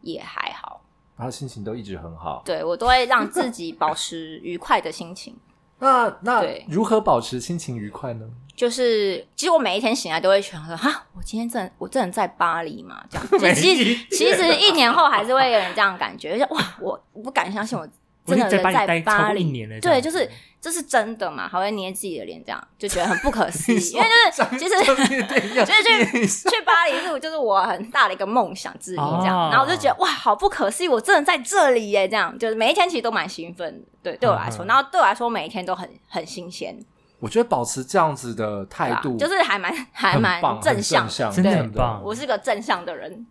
S3: 也还好，
S2: 然后心情都一直很好。
S3: 对我都会让自己保持愉快的心情。
S2: 那
S3: 对
S2: 那如何保持心情愉快 呢？
S3: 就是，其实我每一天醒来都会想说，哈，我今天真的我真的在巴黎嘛？这样，
S1: 每一
S3: 其其实
S1: 天
S3: 其实一年后还是会有人这样感觉，就是哇，我我不敢相信我 真的
S1: 我已经在巴黎
S3: 在
S1: 待超
S3: 巴
S1: 过一
S3: 黎
S1: 年了这
S3: 对，
S1: 样
S3: 就是这是真的嘛？还会捏自己的脸，这样就觉得很不可思
S2: 你
S3: 议，
S2: 说
S3: 因为就是其实
S2: 就
S3: 就是去巴黎路就是我很大的一个梦想之一，这样，
S1: 哦
S3: 然后我就觉得哇，好不可思议，我真的在这里耶！这样，就是每一天其实都蛮兴奋的，对，对我来说，
S1: 嗯嗯
S3: 然后对我来说每一天都很很新鲜，
S2: 我觉得保持这样子的态
S3: 对吧啊
S2: 度，
S3: 就是还蛮还蛮
S2: 很棒很
S3: 正向
S2: 正向
S1: 真的
S3: 对
S1: 很棒
S3: 我是个正向的人，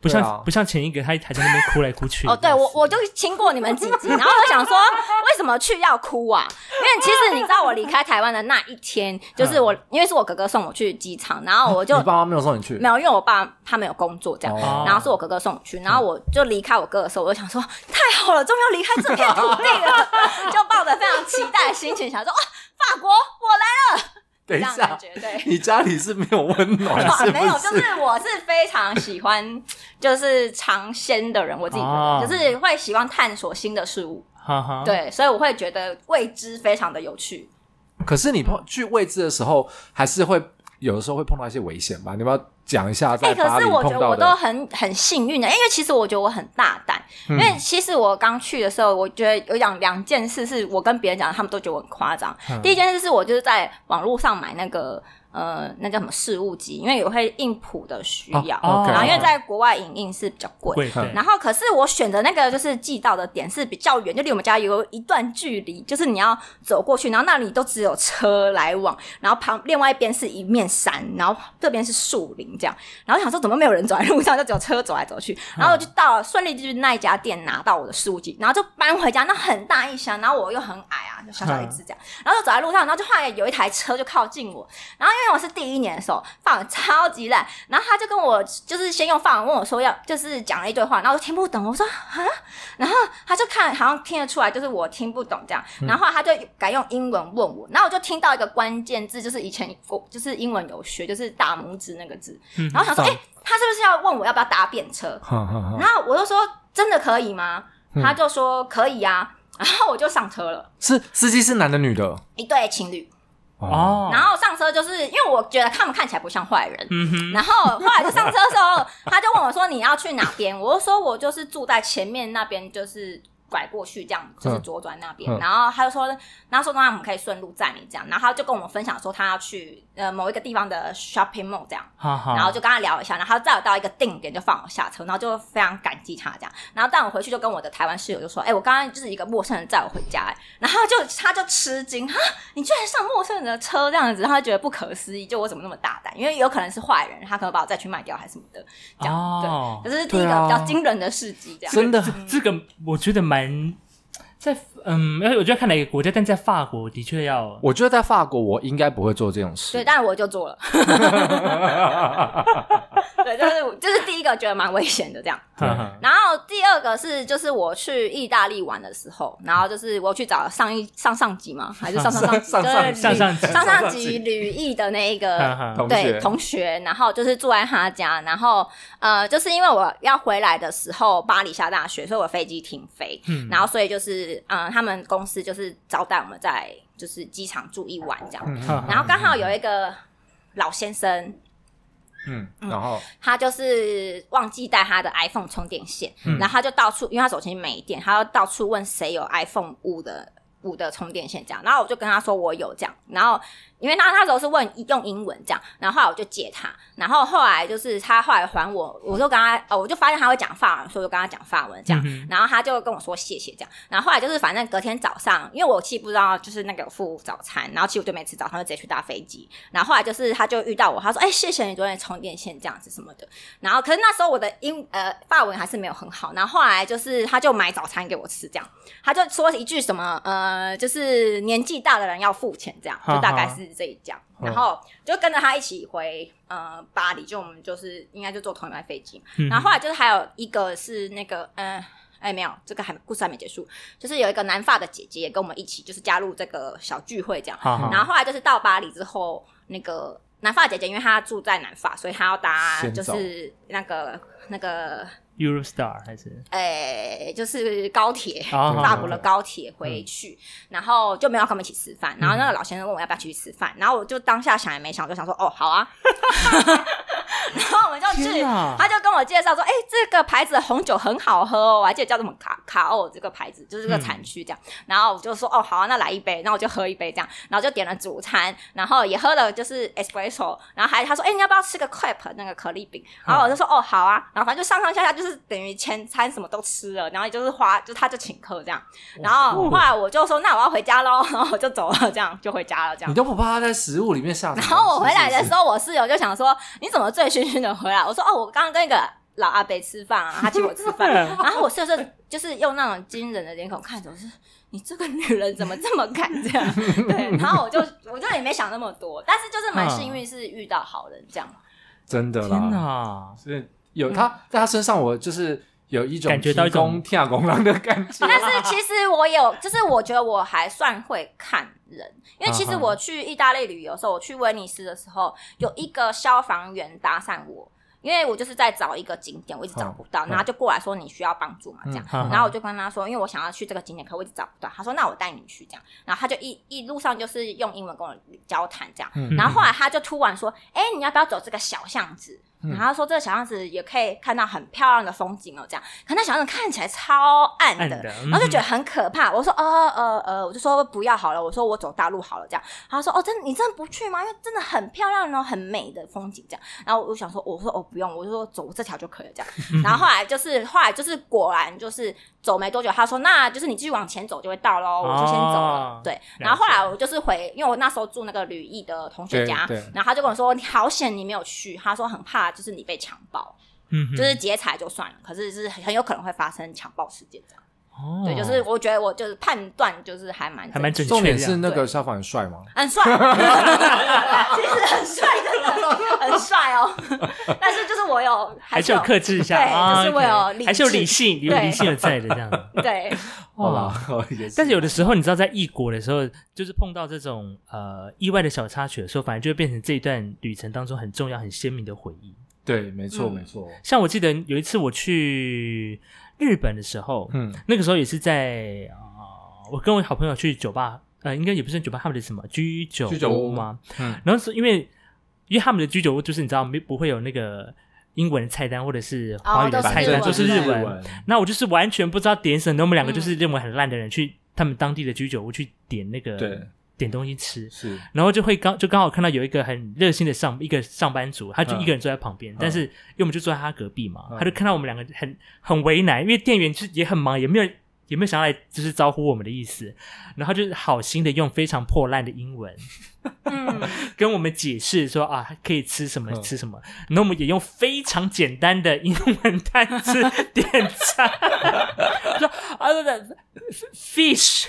S1: 不像、
S2: 对啊
S1: 不像前一个，他还在那边哭来哭去。
S3: 哦，对我我就听过你们几集，然 后我想说为什么去要哭啊？因为其实你知道我离开台湾的那一天，就是
S2: 嗯
S3: 我、因为是我哥哥送我去机场，然后我就
S2: 你爸妈没有送你去
S3: 没，有，因为我爸他没有工作这样。
S2: 哦
S3: 然后是我哥哥送我去，然后我就离开我哥的时候，我就想说太好了，终于要离开这片土地了，就抱着非常期待的心情，想说哇，哦法国我
S2: 等
S3: 来
S2: 一
S3: 了，这样的
S2: 下
S3: 感，觉 对。
S2: 你家里是没有温暖，
S3: 哇
S2: 是
S3: 没有，
S2: 不
S3: 就是
S2: 是？
S3: 我是非常喜欢就是尝鲜的人，我自己觉得、
S1: 哦
S3: 就是会喜欢探索新的事物，
S1: 哈
S2: 哦
S1: 哈，
S3: 对，所以我会觉得未知非常的有趣。
S2: 可是你碰去未知的时候，还是会有的时候会碰到一些危险吧？你要不要讲一下
S3: 哎、
S2: 在巴
S3: 可
S2: 黎
S3: 是我觉
S2: 碰
S3: 得我
S2: 到
S3: 都
S2: 的？
S3: 很很幸运的，因为其实我觉得我很大胆，
S2: 嗯
S3: 因为其实我刚去的时候，我觉得有两两件事是我跟别人讲，他们都觉得我很夸张。
S2: 嗯
S3: 第一件事是我就是在网络上买那个呃那叫什么事务机，因为有会印谱的需要，
S1: 哦
S3: 然后因为
S2: OK 嗯
S3: 在国外影印是比较贵，
S1: 贵对，
S3: 然后可是我选的那个就是寄到的点是比较远，就离我们家有一段距离，就是你要走过去，然后那里都只有车来往，然后旁另外一边是一面山，然后这边是树林这样，然后想说怎么没有人走在路上，就只有车走来走去，然后我就到了顺利就是那一家店拿到我的事务机，然后就搬回家，那很大一箱，然后我又很矮啊，就小小一只这样，然后就走在路上，然后就后来有一台车就靠近我，然后因为我是第一年的时候，法文超级烂，然后他就跟我就是先用法文问我说要，就是讲了一堆话，然后我就听不懂，我说啊，然后他就看好像听得出来，就是我听不懂这样，然后他就改用英文问我，然后我就听到一个关键字，就是以前我就是英文有学，就是大拇指那个字，
S1: 嗯
S3: 然后想说，哎、
S2: 懂
S3: 他是不是要问我要不要搭便车？
S2: 哼哼哼
S3: 然后我就说真的可以吗？
S2: 嗯
S3: 他就说可以啊，然后我就上车了，
S2: 是司机是男的女的？
S3: 一对情侣，
S1: 哦，
S3: 然后上车就是因为我觉得他们看起来不像坏人，
S1: 嗯哼，
S3: 然后后来就上车的时候，他就问我说：“你要去哪边？”我就说：“我就是住在前面那边，就是拐过去这样，就是左转那边。
S2: 嗯嗯
S3: 然后他就说：“然后说那我们可以顺路载你这样。”然后他就跟我们分享说他要去呃某一个地方的 shopping mall 这样。
S1: 哈哈，
S2: 啊
S3: 然后就跟他聊一下，然后再有到一个定点就放我下车，然后就非常感激他这样。然后但我回去就跟我的台湾室友就说：“哎、我刚刚就是一个陌生人载我回家、哎然后就他就吃惊哈，你居然上陌生人的车这样子，然后他觉得不可思议，就我怎么那么大胆？因为有可能是坏人，他可能把我再去卖掉还是什么的，这样、
S1: 哦
S3: 对。，这是第一个
S2: 对啊
S3: 比较惊人的事迹，这样。
S2: 真的
S1: 这个我觉得蛮在嗯，因为我觉得看哪个国家，但在法国的确要
S2: 我觉得在法国，我应该不会做这种
S3: 对，
S2: 事。
S3: 但我就做了。 对，这、就是这、是第一个觉得蛮危险的这
S2: 嗯
S3: 样。
S1: 哈哈
S3: 然后第二个是，就是我去意大利玩的时候，然后就是我去找上一上上集吗？还是上上上集？
S2: 上上
S3: 就是
S1: 上上集
S3: 吕上上集吕毅的那一
S1: 哈
S3: 个
S1: 哈
S2: 同学
S3: 对同学，然后就是住在他家，然后呃，就是因为我要回来的时候，巴黎下大雪，所以我飞机停飞，
S1: 嗯
S3: 然后所以就是嗯、呃他们公司就是招待我们在就是机场住一晚这样，
S1: 哈
S3: 然后刚好有一个老先生，
S2: 嗯，然后
S3: 他就是忘记带他的 iPhone 充电线，
S2: 嗯
S3: 然后他就到处，因为他手机没电，他要到处问谁有 iPhone 五的五的充电线这样。然后我就跟他说我有这样，然后因为他那时候是问用英文这样，然后后来我就借他，然后后来就是他后来还我，我就跟他哦，我就发现他会讲法文，所以我就跟他讲法文这样，
S1: 嗯哼
S3: 然后他就跟我说谢谢这样，然后后来就是反正隔天早上，因为我其实不知道就是那个有付早餐，然后其实我就没吃早餐，就直接去搭飞机，然后后来就是他就遇到我，他说哎、谢谢你昨天充电线这样子什么的，然后可是那时候我的英呃法文还是没有很好，然后后来就是他就买早餐给我吃这样，他就说一句什么呃就是年纪大的人要付钱这样，就大概是这一讲，
S2: 嗯
S3: 然后就跟着他一起回呃巴黎，就我们就是应该就坐同一班飞机嘛
S1: 嗯
S3: 然后后来就是还有一个是那个，嗯、哎、没有，这个还故事还没结束，就是有一个南发的姐姐也跟我们一起，就是加入这个小聚会这样。
S1: 哈
S2: 哦
S1: 哈
S3: 然后后来就是到巴黎之后，那个南发的姐姐因为她住在南发，所以她要搭
S2: 先
S3: 就
S2: 走
S3: 是那个那个，
S1: Eurostar 还是
S3: 哎、就是高铁。
S2: 哦
S1: 啊
S3: 法国的高铁回
S1: 嗯
S3: 去，然后就没有要跟我们一起吃饭。然后那个老先生问我要不要去吃饭，然后我就当下想也没想，就想说哦好 啊，然后我们就去
S1: 天哪
S3: 他就跟我介绍说，哎、这个牌子的红酒很好喝哦，我还记得叫什么卡卡欧这个牌子，就是这
S1: 嗯
S3: 个产区这样。然后我就说，哦，好、啊，那来一杯，那我就喝一杯这样。然后就点了主餐，然后也喝了就是 espresso，然后还他说，哎、你要不要吃个 crepe 那个可丽饼？
S2: 嗯
S3: 然后我就说，哦，好啊。然后反正就上上下下就是等于前餐什么都吃了，然后也就是花，就他就请客这样。然后后来我就说，那我要回家喽，然后我就走了，这样就回家了，这样
S2: 你。都不怕他在食物里面下？
S3: 然后我回来的时候，我室友就想说：“你怎么醉醺醺的回来？”我说：“哦，我刚刚跟一个老阿伯吃饭啊，他请我吃饭，然后我瑟瑟就是用那种惊人的脸孔看着我，说你这个女人怎么这么敢这样？对，然后我就我就也没想那么多，但是就是蛮幸运是遇到好人这样。
S2: 真的
S1: 天
S2: 啦，
S1: 哪！
S2: 是有他
S3: 嗯
S2: 在他身上，我就是有一种
S1: 感觉到一种
S2: 天天公狼的感 觉。
S3: 但是其实我有，就是我觉得我还算会看人，因为其实我去意大利旅游的时候，我去威尼斯的时候，有一个消防员搭讪我。因为我就是在找一个景点，我一直找不到，
S2: 嗯
S3: 然后就过来说你需要帮助嘛，这样，
S1: 嗯嗯
S3: 然后我就跟他说，因为我想要去这个景点，可我一直找不到。他说那我带你去这样，然后他就一一路上就是用英文跟我交谈这样，
S2: 嗯
S3: 然后后来他就突然说：“哎、你要不要走这个小巷子？”
S2: 嗯
S3: 然后他说这个小巷子也可以看到很漂亮的风景哦，这样。可那小巷子看起来超暗的，
S1: 暗的嗯
S3: 然后就觉得很可怕。我说：“哦呃呃，我就说不要好了，我说我走大路好了。”这样，他说：“哦，真的你真的不去吗？因为真的很漂亮然后很美的风景这样。”然后我就想说：“我说哦不用，我就说走这条就可以了这样。”然后后来就是后来就是果然就是走没多久，他说：“那就是你继续往前走就会到喽。”我就先走了
S1: 哦，
S3: 对。然后后来我就是回，因为我那时候住那个吕毅的同学家
S2: 对对，
S3: 然后他就跟我说：“你好险，你没有去。”他说很怕就是你被强暴，
S1: 嗯哼，
S3: 就是劫财就算了，可是是很有可能会发生强暴事件这样。
S1: 哦
S3: 对，就是我觉得我就是判断就是还蛮
S1: 还蛮
S3: 正
S1: 准
S2: 重
S1: 确
S2: 点
S1: 的
S2: 是
S1: 呀。
S2: 那个消防员帅吗？
S3: 很帅，其实很帅，真的很帅哦。但是就是我有
S1: 还是有克制一下
S3: 对
S1: 啊，
S3: 就是我有
S1: OK
S3: 理智
S1: 还是有理性，有
S3: 对
S1: 理性的在的这样。
S3: 对
S2: 好啦， 也是
S1: 但是有的时候，你知道，在异国的时候，就是碰到这种呃意外的小插曲的时候，反而就会变成这一段旅程当中很重要、很鲜明的回忆。
S2: 对，没错
S3: 嗯
S2: 没错，
S1: 像我记得有一次我去日本的时候，
S2: 嗯
S1: 那个时候也是在啊、呃我跟我好朋友去酒吧，呃，应该也不是酒吧，他们的什么居酒
S2: 居酒屋
S1: 吗？
S2: 嗯
S1: 然后是因为因为他们的居酒屋就是你知道没不会有那个英文菜单或者是华语的
S3: 哦都是
S1: 菜
S3: 日
S1: 单，
S3: 文
S1: 就是
S3: 对
S1: 日文。那我就是完全不知道点什么，那我们两个就是认为很烂的人去他们当地的居酒屋去点那
S2: 对
S1: 个点东西吃，
S2: 是
S1: 然后就会刚就刚好看到有一个很热心的上一个上班族，他就
S2: 嗯
S1: 一个人坐在旁边，但是因为我们就坐在他隔壁嘛，
S2: 嗯
S1: 他就看到我们两个很很为难，因为店员就是也很忙，也没有也没有想要来就是招呼我们的意思，然后他就是好心的用非常破烂的英文
S3: 嗯，
S1: 跟我们解释说啊可以吃什么
S2: 嗯
S1: 吃什么，然后我们也用非常简单的英文单词点餐， 说啊不不 fish，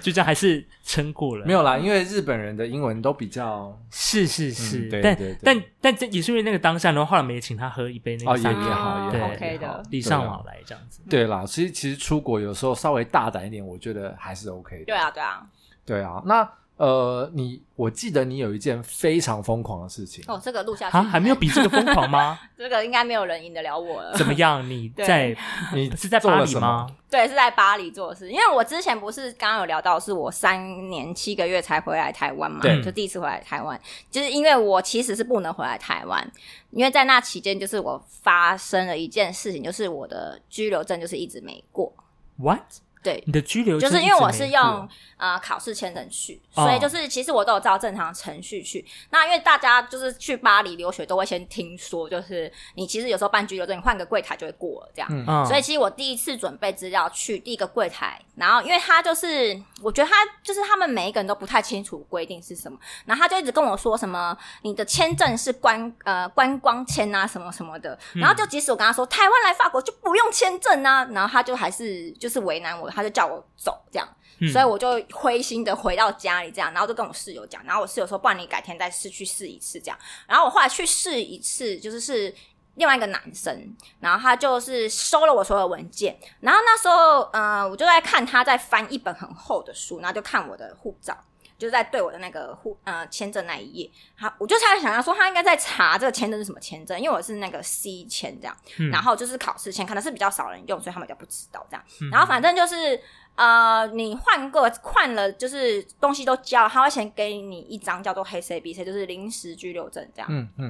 S1: 就这样还是撑过了
S2: 没。有啦，因为日本人的英文都比较
S1: 是是是，
S2: 嗯对
S1: 但
S2: 对对
S1: 但但这也是因为那个当下，然后后来我们也请他喝一杯那
S2: 哦
S1: 个
S2: 也
S1: 萨
S2: 也
S1: 克
S2: 好也好
S1: 对
S2: 也
S3: OK
S2: 好
S3: 的，
S1: 礼尚往来这样子。
S2: 对啦，其实其实出国有时候稍微大胆一点，我觉得还是 OK 的。
S3: 对啊，对啊。
S2: 对啊，那呃，你我记得你有一件非常疯狂的事情，
S3: 哦，这个录下去
S1: 啊，还没有比这个疯狂吗？
S3: 这个应该没有人赢得了我了。
S1: 怎么样？你
S3: 对
S1: 在
S2: 你
S1: 是在
S2: 做
S1: 巴
S2: 了
S1: 黎
S2: 什么？
S1: 吗？
S3: 对，是在巴黎做的事，因为我之前不是刚刚有聊到，是我三年七个月才回来台湾嘛
S2: 对，
S3: 就第一次回来台湾，就是因为我其实是不能回来台湾，因为在那期间就是我发生了一件事情，就是我的居留证就是一直没过，
S1: What？
S3: 对，
S1: 你的拘留
S3: 就是因为我是
S1: 要
S3: 用呃考试签证去，
S1: 哦
S3: 所以就是其实我都有照正常程序去。那因为大家就是去巴黎留学都会先听说，就是你其实有时候办居留证，你换个柜台就会过了这样。
S2: 嗯
S1: 嗯
S3: 所以其实我第一次准备资料去第一个柜台，然后因为他就是，我觉得他就是他们每一个人都不太清楚规定是什么，然后他就一直跟我说什么你的签证是观呃观光签啊什么什么的，然后就即使我跟他说台湾来法国就不用签证啊，然后他就还是就是为难我，他就叫我走这样，
S1: 嗯
S3: 所以我就灰心的回到家里这样，然后就跟我室友讲，然后我室友说不然你改天再试去试一次这样，然后我后来去试一次，就是是另外一个男生，然后他就是收了我所有文件，然后那时候，呃，我就在看他在翻一本很厚的书，然后就看我的护照，就在对我的那个护呃签证那一页，他我就在想要说他应该在查这个签证是什么签证，因为我是那个 C 签这样，
S1: 嗯
S3: 然后就是考试签，可能是比较少人用，所以他们比较不知道这样。
S1: 嗯
S3: 然后反正就是呃，你换个换了，就是东西都交了，他会先给你一张叫做黑 CBC，就是临时居留证这样。
S2: 嗯嗯，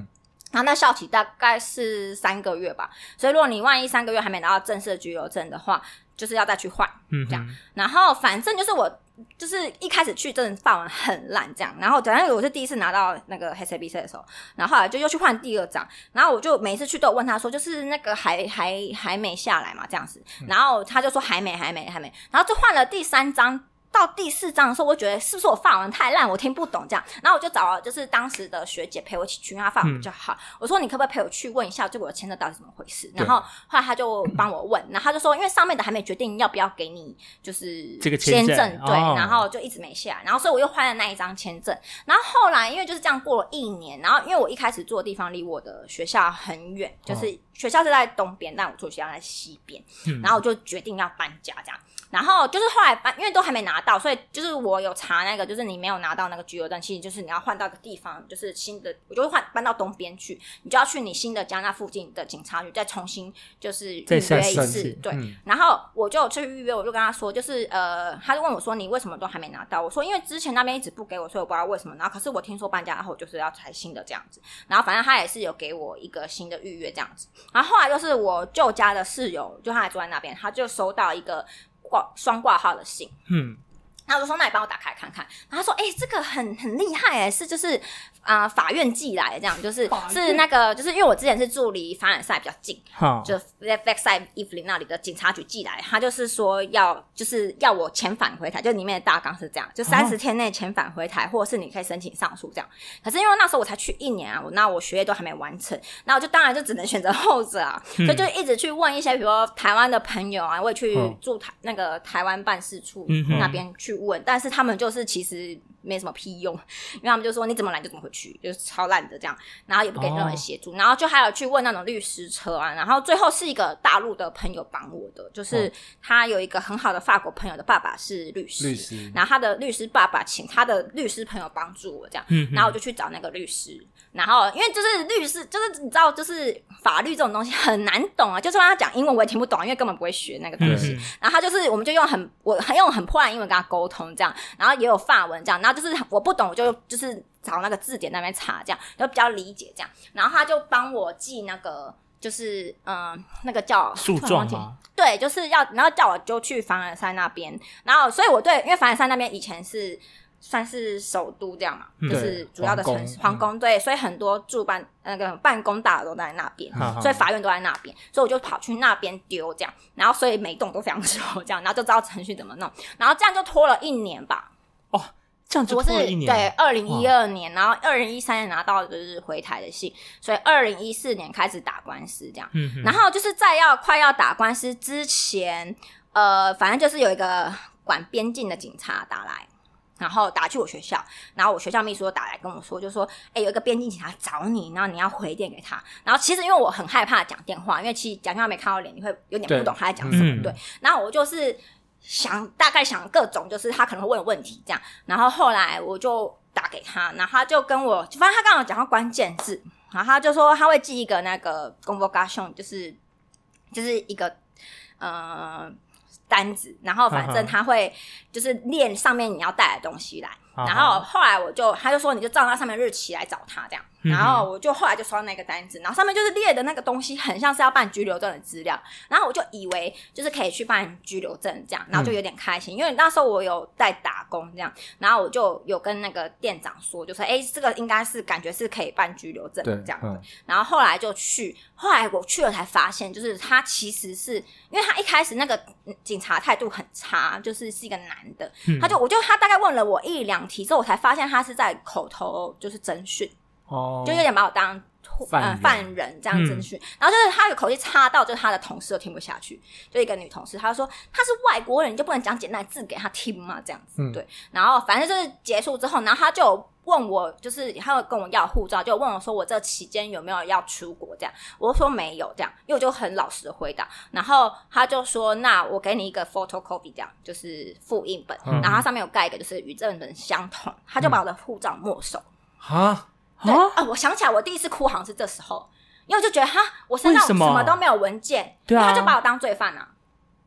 S3: 然后那效期大概是三个月吧，所以如果你万一三个月还没拿到正式的居留证的话，就是要再去换。
S1: 嗯
S3: 这样
S1: 哼
S3: 然后反正就是我就是一开始去真的法文很烂这样，然后反正我是第一次拿到那个 HCBC 的时候，然后后来就又去换第二张，然后我就每次去都有问他说，就是那个还还还没下来嘛这样子，然后他就说还没还没还没，然后就换了第三张。到第四章的时候，我觉得是不是我法文太烂，我听不懂这样。然后我就找了就是当时的学姐陪我一起去，因为她法文比较好。我说你可不可以陪我去问一下，就我的签证到底怎么回事？
S2: 对
S3: 然后后来她就帮我问，然后她就说，因为上面的还没决定要不要给你就是
S1: 这个签
S3: 签
S1: 证
S3: 对，
S1: 哦
S3: 然后就一直没下来。然后所以我又换了那一张签证。然后后来因为就是这样过了一年，然后因为我一开始住的地方离我的学校很远，就是学校是在东边，但我住的学校在西边。
S1: 哦嗯
S3: 然后我就决定要搬家这样。然后就是后来搬，因为都还没拿到，所以就是我有查那个，就是你没有拿到那个居留证，其实就是你要换到一个地方，就是新的，我就会换搬到东边去，你就要去你新的家那附近的警察局再重新就是预
S1: 再
S3: 约一
S1: 申
S3: 次
S1: 请，
S3: 对。
S2: 嗯
S3: 然后我就有去预约，我就跟他说，就是呃，他就问我说你为什么都还没拿到？我说因为之前那边一直不给我，所以我不知道为什么。然后可是我听说搬家后就是要拆新的这样子，然后反正他也是有给我一个新的预约这样子。然后后来就是我舅家的室友，就他还住在那边，他就收到一个挂双挂号的信，
S1: 嗯，
S3: 然后我就说：“那你帮我打开看看。”然后他说：“哎、这个很很厉害哎、是就是啊、呃法院寄来的这样，就是
S1: 法院
S3: 是那个就是因为我之前是住离凡尔赛比较近，
S1: 好，
S3: 就 Vexai Evelyn 那里的警察局寄来，他就是说要就是要我遣返回台，就里面的大纲是这样，就三
S1: 哦
S3: 十天内遣返回台，或者是你可以申请上诉这样。可是因为那时候我才去一年啊，我那我学业都还没完成，那我就当然就只能选择后者啊，
S1: 嗯
S3: 所以就一直去问一些，比如说台湾的朋友啊，我也去
S2: 嗯
S3: 驻台、那个台湾办事处
S1: 嗯哼
S3: 那边去问，但是他们就是其实没什么屁用，因为他们就说你怎么来就怎么回去，就是超烂的这样，然后也不给任何
S1: 哦
S3: 协助，然后就还有去问那种律师车啊，然后最后是一个大陆的朋友帮我的，就是他有一个很好的法国朋友的爸爸是律师，
S2: 律师
S3: 然后他的律师爸爸请他的律师朋友帮助我这样，
S1: 嗯哼
S3: 然后我就去找那个律师，然后因为就是律师，就是你知道，就是法律这种东西很难懂啊，就算他讲英文我也听不懂，因为根本不会学那个东
S1: 嗯
S3: 西。
S2: 对
S1: 哼
S3: 然后他就是，我们就用很我很用很破烂英文跟他沟通这样，然后也有法文这样，然后就是我不懂，我就就是找那个字典那边查这样，就比较理解这样。然后他就帮我记那个，就是嗯、那个叫
S1: 诉
S3: 突然
S1: 状
S3: 忘记
S1: 吗？
S3: 对，就是要，然后叫我就去凡尔赛那边，然后所以我对，因为凡尔赛那边以前是算是首都这样嘛，
S1: 嗯
S3: 就是主要的城市
S2: 对
S3: 皇
S2: 皇宫
S3: 宫对，所以很多驻办呃那个办公大楼都在那
S2: 嗯
S3: 边，
S1: 好好
S3: 所以法院都在那边，所以我就跑去那边丢这样，然后所以每栋都非常熟这样，然后就知道程序怎么弄，然后这样就拖了一年吧，
S1: 哦这样就
S3: 我
S1: 过
S3: 是
S1: 了一年，
S3: 对，二零一二年，然后二零一三年拿到就是回台的信，所以二零一四年开始打官司这样。
S1: 嗯哼
S3: 然后就是在要快要打官司之前，呃，反正就是有一个管边境的警察打来。然后打去我学校，然后我学校秘书就打来跟我说，就说，哎、有一个边境警察找你，然后你要回电给他。然后其实因为我很害怕讲电话，因为其实讲电话没看到脸，你会有点不懂他在讲什么。
S1: 嗯
S3: 对，然后我就是想大概想各种，就是他可能会问的问题这样。然后后来我就打给他，然后他就跟我，反正他刚好讲到关键字，然后他就说他会寄一个那个 convocation，就是就是一个呃单子，然后反
S1: 嗯
S3: 正
S1: 哼
S3: 他会就是练上面你要带的东西来。
S1: 好
S3: 然
S1: 好
S3: 后后来我就，他就说你就照那上面日期来找他这样，
S1: 嗯哼
S3: 然后我就后来就收到那个单子，然后上面就是列的那个东西很像是要办居留证的资料，然后我就以为就是可以去办居留证这样，然后就有点开心，因为那时候我有在打工这样，然后我就有跟那个店长说，就说哎这个应该是感觉是可以办居留证
S2: 对
S3: 这样，
S2: 嗯
S3: 然后后来就去，后来我去了才发现，就是他其实是因为他一开始那个嗯警察态度很差，就是是一个男的，
S1: 嗯
S3: 他就我就他大概问了我一两题之后，我才发现他是在口头就是征询，
S2: 哦
S3: 就有点把我当。
S2: 犯
S3: 呃
S2: 人嗯
S3: 犯人这样征询，然后就是他的口气差到，就是他的同事都听不下去，就一个女同事，她就说他是外国人，你就不能讲简单的字给他听嘛，这样子、
S2: 嗯
S3: 对。然后反正就是结束之后，然后他就有问我，就是他有跟我要护照，就问我说我这期间有没有要出国这样，我就说没有这样，因为我就很老实的回答。然后他就说那我给你一个 photocopy 这样，就是复印本，
S2: 嗯
S3: 然后它上面有盖一个就是与正本相同，他就把我的护照没收。
S2: 啊，
S3: 对
S1: 啊
S3: 啊、我想起来，我第一次哭好像是这时候，因为我就觉得哈，我身上
S1: 为什
S3: 什
S1: 么
S3: 么都没有文件，
S1: 对啊
S3: 因为他就把我当罪犯啊，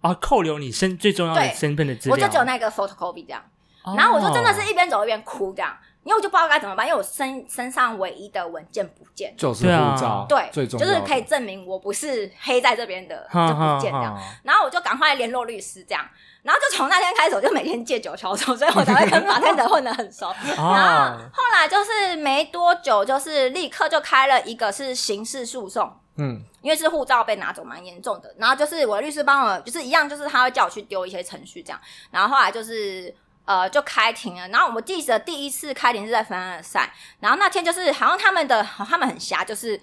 S1: 啊，扣留你身最重要的
S3: 对
S1: 身份的资料，
S3: 我就只有那个 photocopy 这样，
S1: 哦，
S3: 然后我就真的是一边走一边哭这样，因为我就不知道该怎么办，因为我身身上唯一的文件不见，
S2: 就是
S1: 对啊
S2: 护照，
S3: 对，
S2: 最重
S3: 就
S2: 要的
S3: 是可以证明我不是黑在这边的，
S1: 哈
S3: 就不见这样。
S1: 哈哈
S3: 然后我就赶快联络律师，这样，然后就从那天开始，我就每天借酒消愁，所以我才会跟马 天德混得很熟。然后
S1: 啊，
S3: 后来就是没多久，就是立刻就开了一个是刑事诉讼，
S2: 嗯
S3: 因为是护照被拿走蛮严重的。然后就是我的律师帮我，就是一样，就是他会叫我去丢一些程序这样。然后后来就是呃就开庭了。然后我记得第一次开庭是在凡尔赛，然后那天就是好像他们的好他们很瞎，就是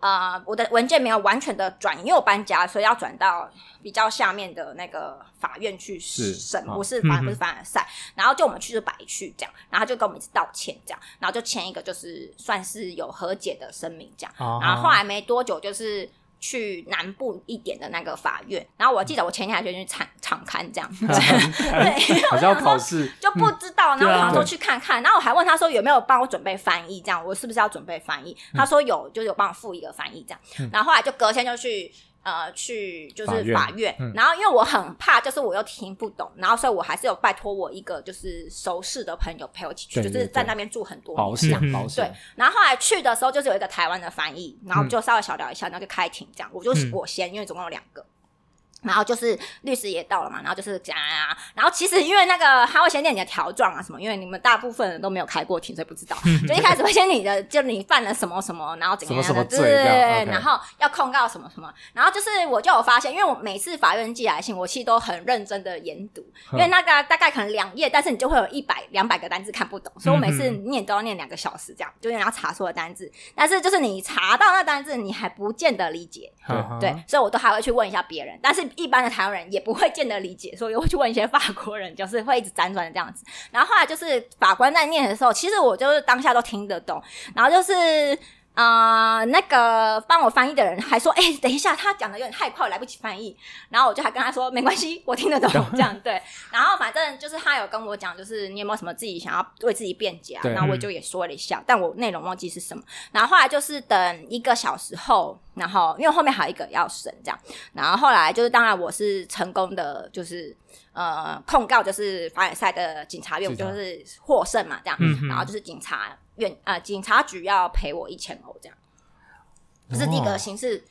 S3: 呃我的文件没有完全的转，因呃为我搬家，所以要转到比较下面的那个法院去
S2: 是
S3: 审，
S2: 好
S3: 不是
S1: 嗯
S3: 反
S1: 哼
S3: 不是凡尔赛。然后就我们去就白去这样，然后他就跟我们一直道歉这样，然后就签一个就是算是有和解的声明这样。
S1: 哦
S3: 然后后来没多久就是去南部一点的那个法院，然后我记得我前天还决定去场场刊这样，对，
S2: 好像要考试，
S3: 就不知道，然后
S1: 对
S3: 我
S1: 啊
S3: 想说去看看，然后我还问他说有没有帮我准备翻译，这样我是不是要准备翻译？他说有，就是有帮我附一个翻译这样。然后后来就隔天就去呃去就是
S2: 法
S3: 法
S2: 院
S3: 院，
S2: 嗯
S3: 然后因为我很怕，就是我又听不懂，然后所以我还是有拜托我一个就是熟识的朋友陪我一起去，
S2: 对对
S3: 就是在
S2: 对
S3: 那边住很多
S2: 保
S3: 年这
S1: 险
S3: 样。
S2: 险
S1: 嗯
S2: 保险，
S3: 然后后来去的时候，就是有一个台湾的翻译，然后我们就稍微小聊一下，然后就开庭这样。我就是
S1: 嗯
S3: 我先，因为总共有两个。然后就是律师也到了嘛，然后就是讲啊，然后其实因为那个他会先念你的条状啊什么，因为你们大部分人都没有开过庭，所以不知道。 就一开始会先你的，就你犯了什么什么，然后怎样
S2: 什么什么
S3: 的，对
S2: 罪这
S3: 对
S2: 样
S3: 对，
S2: ，OK
S3: 然后要控告什么什么，然后就是我就有发现，因为我每次法院寄来的信，我其实都很认真的研读，
S2: 嗯
S3: 因为那个大概可能两页，但是你就会有一百两百个单字看不懂，所以我每次
S1: 嗯
S3: 念都要念两个小时这样，就你要查所有单字，但是就是你查到那单字，你还不见得理解，
S1: 嗯
S3: 对，所以我都还会去问一下别人，但是一般的台湾人也不会见得理解，所以我会去问一些法国人，就是会一直辗转这样子。然后后来就是法官在念的时候，其实我就是当下都听得懂，然后就是。呃，那个帮我翻译的人还说：“哎、等一下，他讲的有点太快，我来不及翻译。”然后我就还跟他说：“没关系，我 听得懂。”这样对。然后反正就是他有跟我讲，就是你有没有什么自己想要为自己辩解啊？
S2: 对
S3: 然后我就也说了一下，但我内容忘记是什么。然后后来就是等一个小时后，然后因为后面还有一个要审这样，然后后来就是当然我是成功的，就是呃控告就是凡尔赛的警察院，我
S2: 警察
S3: 就是获胜嘛这样，
S1: 嗯哼
S3: 然后就是警察院呃警察局要赔我一千欧这样，这是第一个刑事。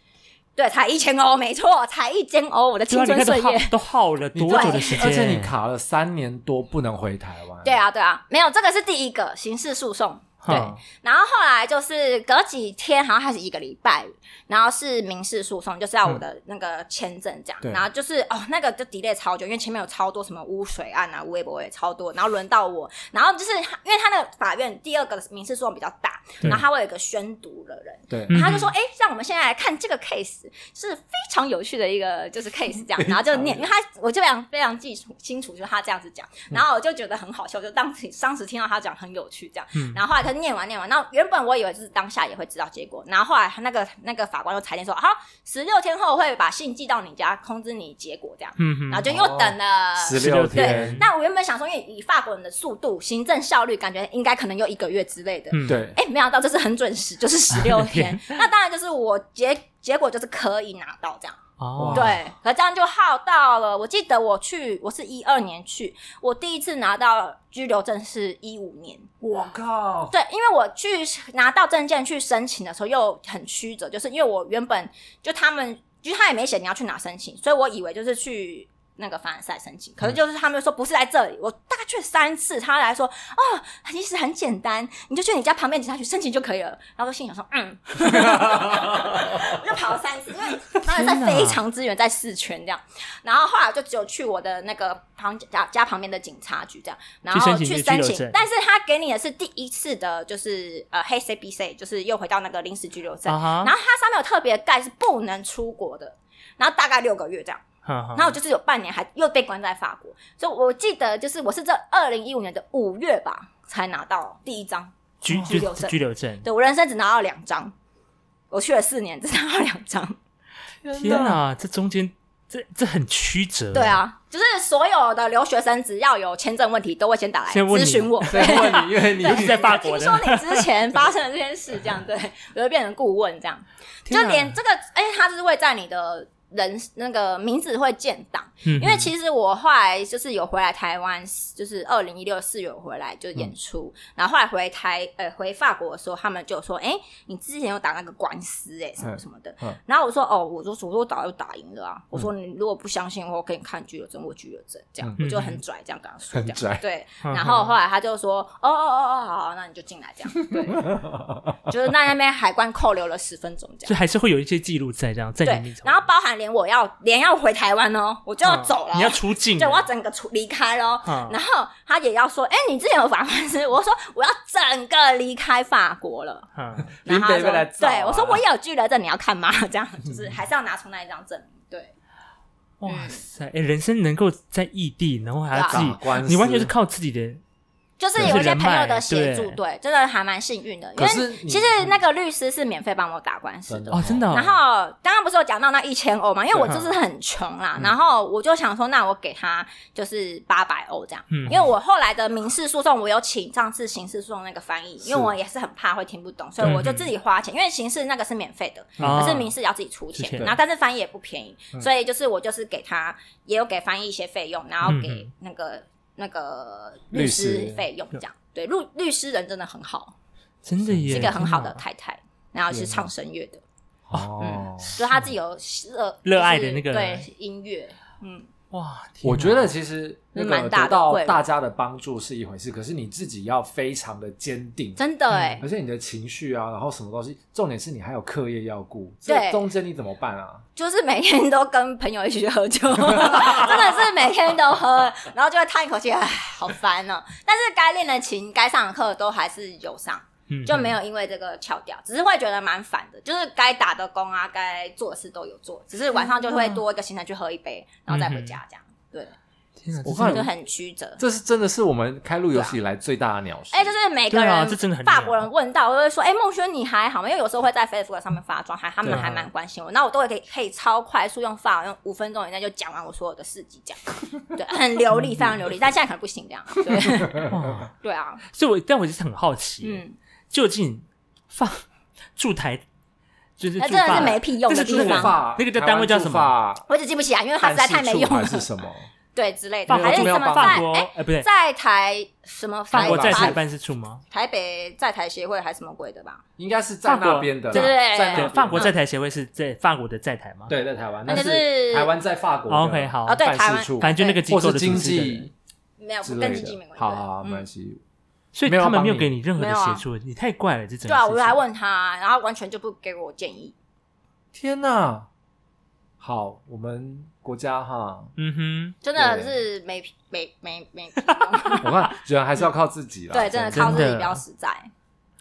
S3: 对，才一千欧，没错，才一千欧，我的
S1: 对啊，
S3: 青
S1: 你看
S3: 春
S1: 都
S3: 岁
S1: 耗
S3: 月。
S1: 都耗了
S2: 你
S1: 多久的
S3: 对
S1: 时间？
S2: 而且你卡了三年多不能回台湾，
S3: 对，啊，对啊，没有，这个是第一个刑事诉讼。对，
S2: 哼
S3: 然后后来就是隔几天，好像还是一个礼拜，然后是民事诉讼，就是要我的那个签证这样。
S2: 对
S3: 然后就是哦，那个就 delay 超久，因为前面有超多什么污水案啊、微博也超多，然后轮到我，然后就是因为他那个法院第二个民事诉讼比较大，
S1: 对
S3: 然后他会有一个宣读的人。
S2: 对，
S1: 嗯
S3: 然后他就说：“哎、让我们现在来看这个 case 是非常有趣的一个就是 case 这样。”然后就念，因为他我就非常非常记楚清楚，就是他这样子讲，然后我就觉得很好笑，就当时当时听到他讲很有趣这样。
S1: 嗯
S3: 然后后来他念完念完，那原本我以为就是当下也会知道结果，然后后来那个那个法官就裁定说：“好，十六天后会把信寄到你家，通知你结果这样。”
S1: 嗯哼
S3: 然后就又等了。
S2: 哦十
S1: 16
S2: 六
S1: 天
S3: 对
S2: 天，，
S3: 那我原本想说，因为以法国人的速度、行政效率，感觉应该可能有一个月之类的。
S1: 嗯
S2: 对，
S3: 哎、没想到这是很准时，就是十六天。那当然就是我结结果就是可以拿到这样，
S1: 哦，
S3: 对。可这样就耗到了。我记得我去，我是一二年去，我第一次拿到居留证是一五年。
S2: 我靠，
S3: 对，因为我去拿到证件去申请的时候又很曲折，就是因为我原本就他们，就是他也没写你要去哪申请，所以我以为就是去那个凡尔赛申请，可是就是他们就说不是在这里，我大概去了三次，他来说哦，其实很简单，你就去你家旁边警察局申请就可以了。然后我就心想说嗯， 我就跑了三次，因为凡尔赛非常支援在四圈这样，然后后来我就只有去我的那个旁家家旁边的警察局这样，然后
S1: 去申请
S3: 去
S1: 这个居
S3: 申
S1: 留
S3: 请
S1: 证，
S3: 但是他给你的是第一次的，就是呃黑 C B C，就是又回到那个临时居留证，
S1: 啊哈，
S3: 然后它上面有特别盖是不能出国的，然后大概六个月这样，
S1: 然
S3: 然后我就是有半年还又被关在法国，所以我记得就是我是这二零一五年的五月吧才拿到第一张，
S1: 居
S3: 居留证
S1: 居留证，
S3: 对我人生只拿到两张，我去了四年只拿到两张。
S1: 天啊，这中间这这很曲折，
S3: 对，啊，就是所有的留学生只要有签证问题，都会先打来
S1: 先问
S3: 咨
S1: 你
S3: 询我。
S2: 所以问你，因 为你
S1: 尤其 在法国
S3: 听
S1: 的
S3: 说你之前发生了这件事，这 样对，我就变成顾问这样，就
S2: 天啊
S3: 连这个，而且他就是会在你的人那个名字会建档，
S1: 因
S2: 嗯
S3: 因为其实我后来就是有回来台湾，就是二零一六四月我回来就演出，
S2: 嗯
S3: 然后后来回台呃回法国的时候，他们就说：“哎、你之前有打那个官司哎、什么什么的。
S2: 嗯
S3: 然后我说：“哦，我说我说打就打赢了啊。我说：“你如果不相信的话，我给你看居留证，我居留证。”这样、
S1: 嗯
S3: 我就很拽，这样跟他说，
S2: 很
S3: 这样
S2: 拽
S3: 对。
S1: 嗯
S3: 然后后来他就说：“哦哦哦哦，好好，那你就进来。”这样对，就是在那边海关扣留了十分钟这 样。
S1: 就还是会有一些记录在这样在
S3: 对
S1: 你面，前，
S3: 然后包含连我要连要回台湾哦，我就要
S1: 嗯
S3: 走了，
S1: 你要出境了，
S3: 对，我要整个出离开喽。
S1: 嗯
S3: 然后他也要说，哎、你之前有法官是，我说我要整个离开法国了。
S1: 嗯
S3: 然后他
S2: 林北
S3: 说
S2: 被来找啊
S3: 对我说我也有居留证，你要看吗？这样就是还是要拿出那一张证明。对，
S1: 哇塞，哎、人生能够在异地，然后还要自
S2: 打
S1: 己，
S2: 官
S3: 嗯
S2: 司，
S1: 你完全是靠自己的，
S3: 就是
S1: 对
S3: 有一些
S1: 人
S3: 朋友
S1: 脉
S3: 的
S1: 对
S3: 协助，对，真的还蛮幸运的。因
S2: 可
S3: 为
S2: 是你
S3: 嗯
S2: 嗯
S3: 其实那个律师是免费帮我打官司
S2: 真
S3: 的。
S2: 的
S1: 哦，真的哦、
S3: 然后刚刚不是有讲到那一千欧嘛，因为我
S1: 对
S3: 就是很穷啦，
S1: 嗯
S3: 然后我就想说，那我给他就是八百欧这样，
S1: 嗯
S3: 因为我后来的民事诉讼我有请上次刑事诉讼那个翻译，
S2: 是
S3: 因为我也是很怕会听不懂，
S1: 嗯
S3: 所以我就自己花钱，因为刑事那个是免费的，
S1: 啊
S3: 可是民事要自己出钱
S1: 是，的嗯
S3: 然后但是翻译也不便宜，所以就是我就是给他也有给翻译一些费用，然后给
S1: 嗯
S3: 那个、那个
S2: 律
S3: 律
S2: 师
S3: 师费用这样，对，律律师人真的很好，
S1: 真的耶，
S3: 是一个很好的
S1: 天哪
S3: 太太，然后是
S2: 天哪
S3: 唱声乐的。
S2: 哦。
S3: 嗯就他自己有热
S1: 热爱
S3: 就是
S1: 的那个
S3: 对音乐，嗯，
S1: 哇，天哪
S2: 我觉得其实那个
S3: 蛮
S2: 得
S3: 大的
S2: 到
S3: 贵人
S2: 大家的帮助是一回事，可是你自己要非常的坚定，
S3: 真的哎、
S2: 而
S1: 嗯
S2: 且你的情绪啊，然后什么东西，重点是你还有课业要顾，这
S3: 对
S2: 中间你怎么办啊？
S3: 就是每天都跟朋友一起去喝 酒，真的是每天都喝，然后就会叹一口气，唉，好烦哦、但是该练的琴、该上的课都还是有上，
S1: 嗯
S3: 就没有因为这个翘掉，只是会觉得蛮烦的。就是该打的工啊，该做的事都有做，只是晚上就会
S1: 嗯
S3: 多一个行程去喝一杯，然后再回家这样。对，
S1: 天哪，
S2: 我
S1: 这真
S2: 看
S1: 的
S3: 就很曲折。
S2: 这是真的是我们开路有史以来最大的鸟事。
S3: 哎、就是每个
S1: 对啊
S3: 人，
S1: 这真的很厉害
S3: 法国人问到，我就会说，哎、孟轩你还好吗？因为有时候会在 Facebook 上面发状态，他们
S1: 对啊
S3: 还蛮关心我，那我都会可以可以超快速用法文，用五分钟以内就讲完我所有的事迹，这样，对，很流利，非常流利，但现在可能不行这样，对，
S1: 哇，
S3: 对啊，
S1: 所以我但我其实很好奇，
S3: 嗯，
S1: 究竟放驻台就是
S3: 那
S1: 驻
S3: 真的
S1: 法
S3: 哎是没屁用
S1: 但
S3: 的
S1: 是
S3: 地
S1: 就是
S2: 那个
S3: 方，
S2: 发
S1: 那个单位叫什么
S3: 我只记不起来，因为它
S2: 台
S3: 实
S2: 湾驻发
S3: 在太没用
S2: 办
S3: 了
S2: 事，处还是什么？
S3: 对之类的，
S1: 法
S3: 还
S1: 国
S3: 是
S1: 没有
S3: 什么
S1: 办
S3: 在
S1: 法
S3: 哎
S1: 法、国哎不对，
S3: 在台什么
S1: 法
S3: 法
S1: 国在台
S3: 法
S1: 办事处吗？
S3: 台北在台协会还是什么鬼的吧？
S2: 应该是在
S1: 法国
S2: 那边的啦，
S3: 对对对嗯
S2: 在
S1: 对，
S2: 那边
S1: 法国在台协会是在法国的在台吗？
S2: 对在台湾，
S3: 那
S2: 但
S3: 就是
S2: 是台湾在法国的
S1: OK，好
S3: 哦，对，台
S2: 办
S3: 湾
S2: 事处，
S1: 反正就那个机
S2: 或
S1: 构
S2: 是
S1: 的
S2: 经
S1: 主事的人
S2: 济
S3: 没有
S2: 之
S3: 跟
S2: 类
S3: 经济没
S2: 的。
S3: 关系，
S2: 好好好，
S3: 对
S2: 没
S3: 嗯
S2: 关系。
S1: 所以
S2: 没有
S1: 他们
S2: 帮
S1: 没有
S2: 你
S1: 给你任何
S3: 没
S1: 的
S3: 有啊
S1: 协助，你太怪了，这整
S3: 对啊，
S1: 个
S3: 我
S1: 事
S3: 就还
S1: 情。
S3: 问他，然后完全就不给我建议。
S2: 天哪！好，我们国家哈，
S1: 嗯
S3: 真的是没没没没 屁用，
S2: 我看人还是要靠自己啦。
S3: 对，真的
S1: 真
S3: 靠
S1: 的
S3: 自己比较实在。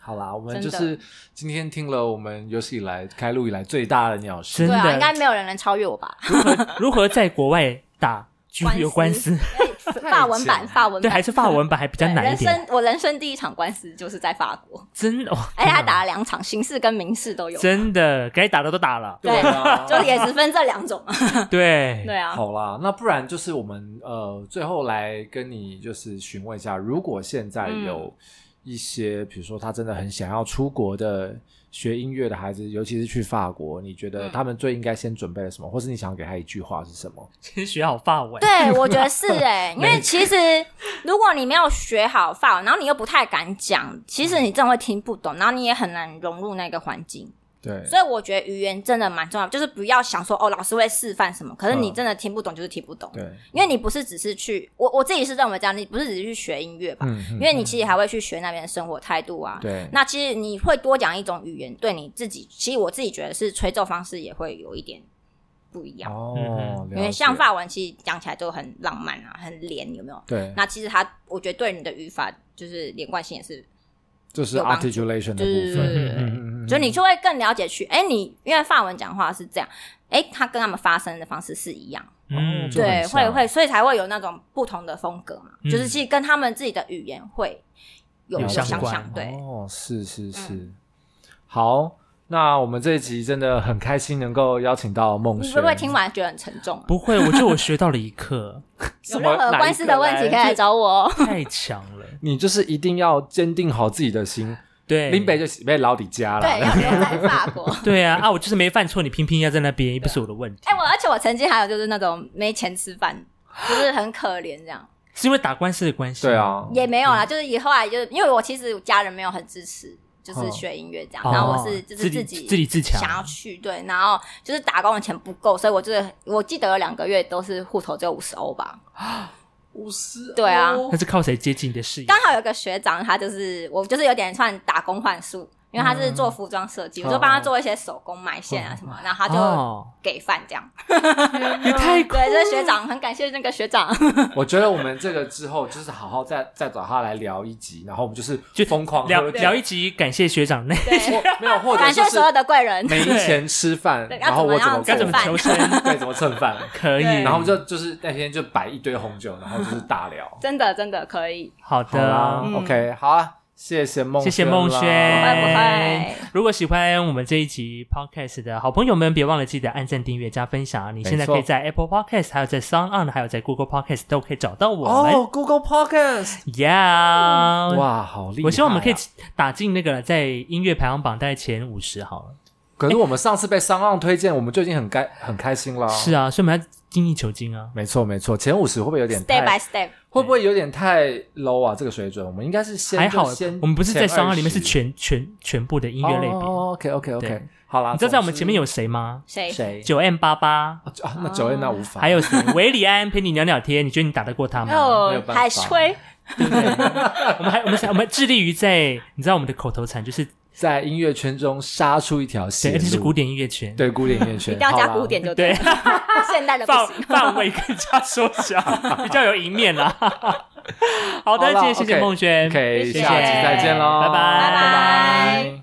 S2: 好啦，我们
S3: 真
S2: 就
S3: 的
S2: 是今天听了我们有史以来开录以来最大的鸟事，
S1: 真
S3: 对
S1: 的
S3: 啊，应该没有人能超越我吧？
S1: 哼，如何在国外打居留官司？
S3: 法文版，法文
S1: 对，
S3: 版
S1: 还是法文版还比较
S3: 对
S1: 难一
S3: 人
S1: 点。
S3: 生我人生第一场官司就是在法国，
S1: 真的，哇
S3: 而哎且他
S1: 天哪
S3: 打了两场，刑事跟民事都有，
S1: 真的该打的都打了，
S3: 对
S2: 啊，
S3: 就也只分这两种 嘛。
S1: 对，
S3: 对啊，
S2: 好啦，那不然就是我们呃最后来跟你就是询问一下，如果现在有
S3: 嗯
S2: 一些，比如说他真的很想要出国的学音乐的孩子，尤其是去法国，你觉得
S3: 嗯
S2: 他们最应该先准备了什么，或是你想要给他一句话是什么？
S1: 先学好法文。
S3: 对，我觉得是 哎、因为
S2: 没
S3: 其实如果你没有学好法文，然后你又不太敢讲，其实你真的会听不懂，然后你也很难融入那个环境。
S2: 对，
S3: 所以我觉得语言真的蛮重要，就是不要想说哦，老师会示范什么，可是你
S2: 嗯
S3: 真的听不懂就是听不懂，
S2: 对，
S3: 因为你不是只是去我我自己是认为这样，你不是只是去学音乐吧，
S2: 嗯，嗯
S3: 因为你其实还会去学那边的生活态度啊。
S2: 对，
S3: 那其实你会多讲一种语言，对你自己，其实我自己觉得是吹奏方式也会有一点不一样，
S2: 哦，
S1: 嗯
S2: 了
S3: 因为
S2: 解
S3: 像法文其实讲起来就很浪漫啊，很连，有没有？
S2: 对，
S3: 那其实它，我觉得对你的语法就是连贯性也是
S2: 就是
S3: 有帮助
S2: articulation 的
S3: 对
S2: 部分，
S3: 对
S1: 对对对
S2: 嗯嗯嗯
S3: 就你就会更了解去，哎、你因为法文讲话是这样，哎、他跟他们发声的方式是一样，
S1: 嗯，
S2: 就很
S3: 哦对，会
S2: 像
S3: 会，所以才会有那种不同的风格嘛，
S1: 嗯
S3: 就是其实跟他们自己的语言会有
S1: 有
S3: 相
S1: 相关
S3: 像，对，嗯
S2: 哦，是是是，好，那我们这一集真的很开心能够邀请到梦
S3: 你
S2: 轩，
S3: 会不会听完觉得很沉重、啊？
S1: 不会，我觉得我学到了一课，
S2: 什
S3: 有
S2: 么
S3: 任何官司的问题可以来。
S2: 哪一个嘞
S3: 找我哦。
S1: 太强了。
S2: 你就是一定要坚定好自己的心，
S1: 对，
S2: 林北就是被老底家
S3: 对，
S2: 了。
S3: 要留在法国。
S1: 对啊啊，我就是没犯错，你偏偏要在那边，也不是我的问题
S3: 哎、，我而且我曾经还有就是那种没钱吃饭，就是很可怜这样，
S1: 是因为打官司的关系。
S2: 对，啊，
S3: 也没有
S1: 嗯
S3: 啦，就是以后来就是因为我其实家人没有很支持，就是
S2: 哦
S3: 学音乐这样，
S1: 哦
S3: 然后我是就是
S1: 自立
S3: 己
S1: 自立自强
S3: 想要去对，然后就是打工的钱不够，所以我就是我记得有两个月都是户头只有五十欧吧，
S2: 五十
S3: 对啊
S1: 那是靠谁接近你的事业？
S3: 刚好有个学长，他就是我，就是有点算打工换宿，因为他是做服装设计，我就帮他做一些手工埋线啊什么，然后他就
S1: 哦，
S3: 给饭这样。
S1: 也太酷
S3: 对，这是
S1: 了
S3: 学长，很感谢那个学长。
S2: 我觉得我们这个之后就是好好再再找他来聊一集，然后我们就是
S1: 就
S2: 疯狂
S1: 聊
S2: 喝酒
S1: 聊一集，感谢学长那
S3: 对，
S2: 或没有，或者
S3: 感
S2: 就
S3: 谢
S2: 是
S3: 所有的贵 人。
S2: 没钱吃饭，
S3: 对
S2: 然后我怎么
S1: 该
S3: 要
S1: 怎
S3: 怎
S1: 么
S3: 么
S1: 求生
S2: 对怎么 蹭饭，
S1: 可以。
S3: 对
S2: 然后就就是那天就摆一堆红酒，然后就是 大聊。
S3: 真的真的可以，
S1: 好
S2: 好啦、
S1: 的，
S3: 嗯
S2: o k 好啊，谢谢孟，
S1: 谢谢孟轩，
S3: 不会不会
S1: 如果喜欢我们这一集 podcast 的好朋友们，别忘了记得按赞、订阅、加分享啊！你现在可以在 Apple Podcast、还有在 Sound On、还有在 Google Podcast 都可以找到我们。
S2: 哦，Google Podcast，
S1: yeah，、
S2: 哇，好厉害、
S1: 哦
S2: 啊
S1: 我希望我们可以，打进那个在音乐排行榜大概前五十好了。
S2: 可是我们上次被商浪推荐，我们就已经很开很开心了。
S1: 是啊，所以我们要精益求精啊。
S2: 没错没错，前五十会不会有点
S3: ，step
S2: 太
S3: by step，
S2: 会不会有点太 low 啊？这个水准，我们应该是先
S1: 还好
S2: 就先，
S1: 我们不是在
S2: 前
S1: 商案里面
S2: 20
S1: 是全全全部的音乐类别。
S2: 哦，OK OK
S1: 对
S2: OK，好啦，
S1: 你知道在我们
S2: 总之
S1: 前面有谁吗？
S3: 谁？
S2: 谁？
S1: 九 M 八八，
S2: 啊啊，那九月那无法，
S1: 还有谁？ 维里安陪你聊聊天，你觉得你打得过他吗？
S2: 没有
S3: 哦，
S2: 办法
S3: 还吹，
S1: 对不对？ 我们还我们我们致力于在你知道我们的口头禅就是
S2: 在音乐圈中杀出一条血
S1: 对，而
S2: 路，
S1: 且是古典音乐圈，
S2: 对古典音乐圈，
S3: 一定要加
S2: 好啦
S3: 古典就
S1: 对
S3: 对， 现代的不
S1: 范
S3: 行。
S1: 范围更加缩小， 比较有赢面啦。 好的，
S2: 好啦
S1: 谢谢谢谢
S2: OK，
S1: 孟轩
S2: OK，
S3: 谢谢
S2: 下期再见喽，
S1: 拜拜
S3: 拜拜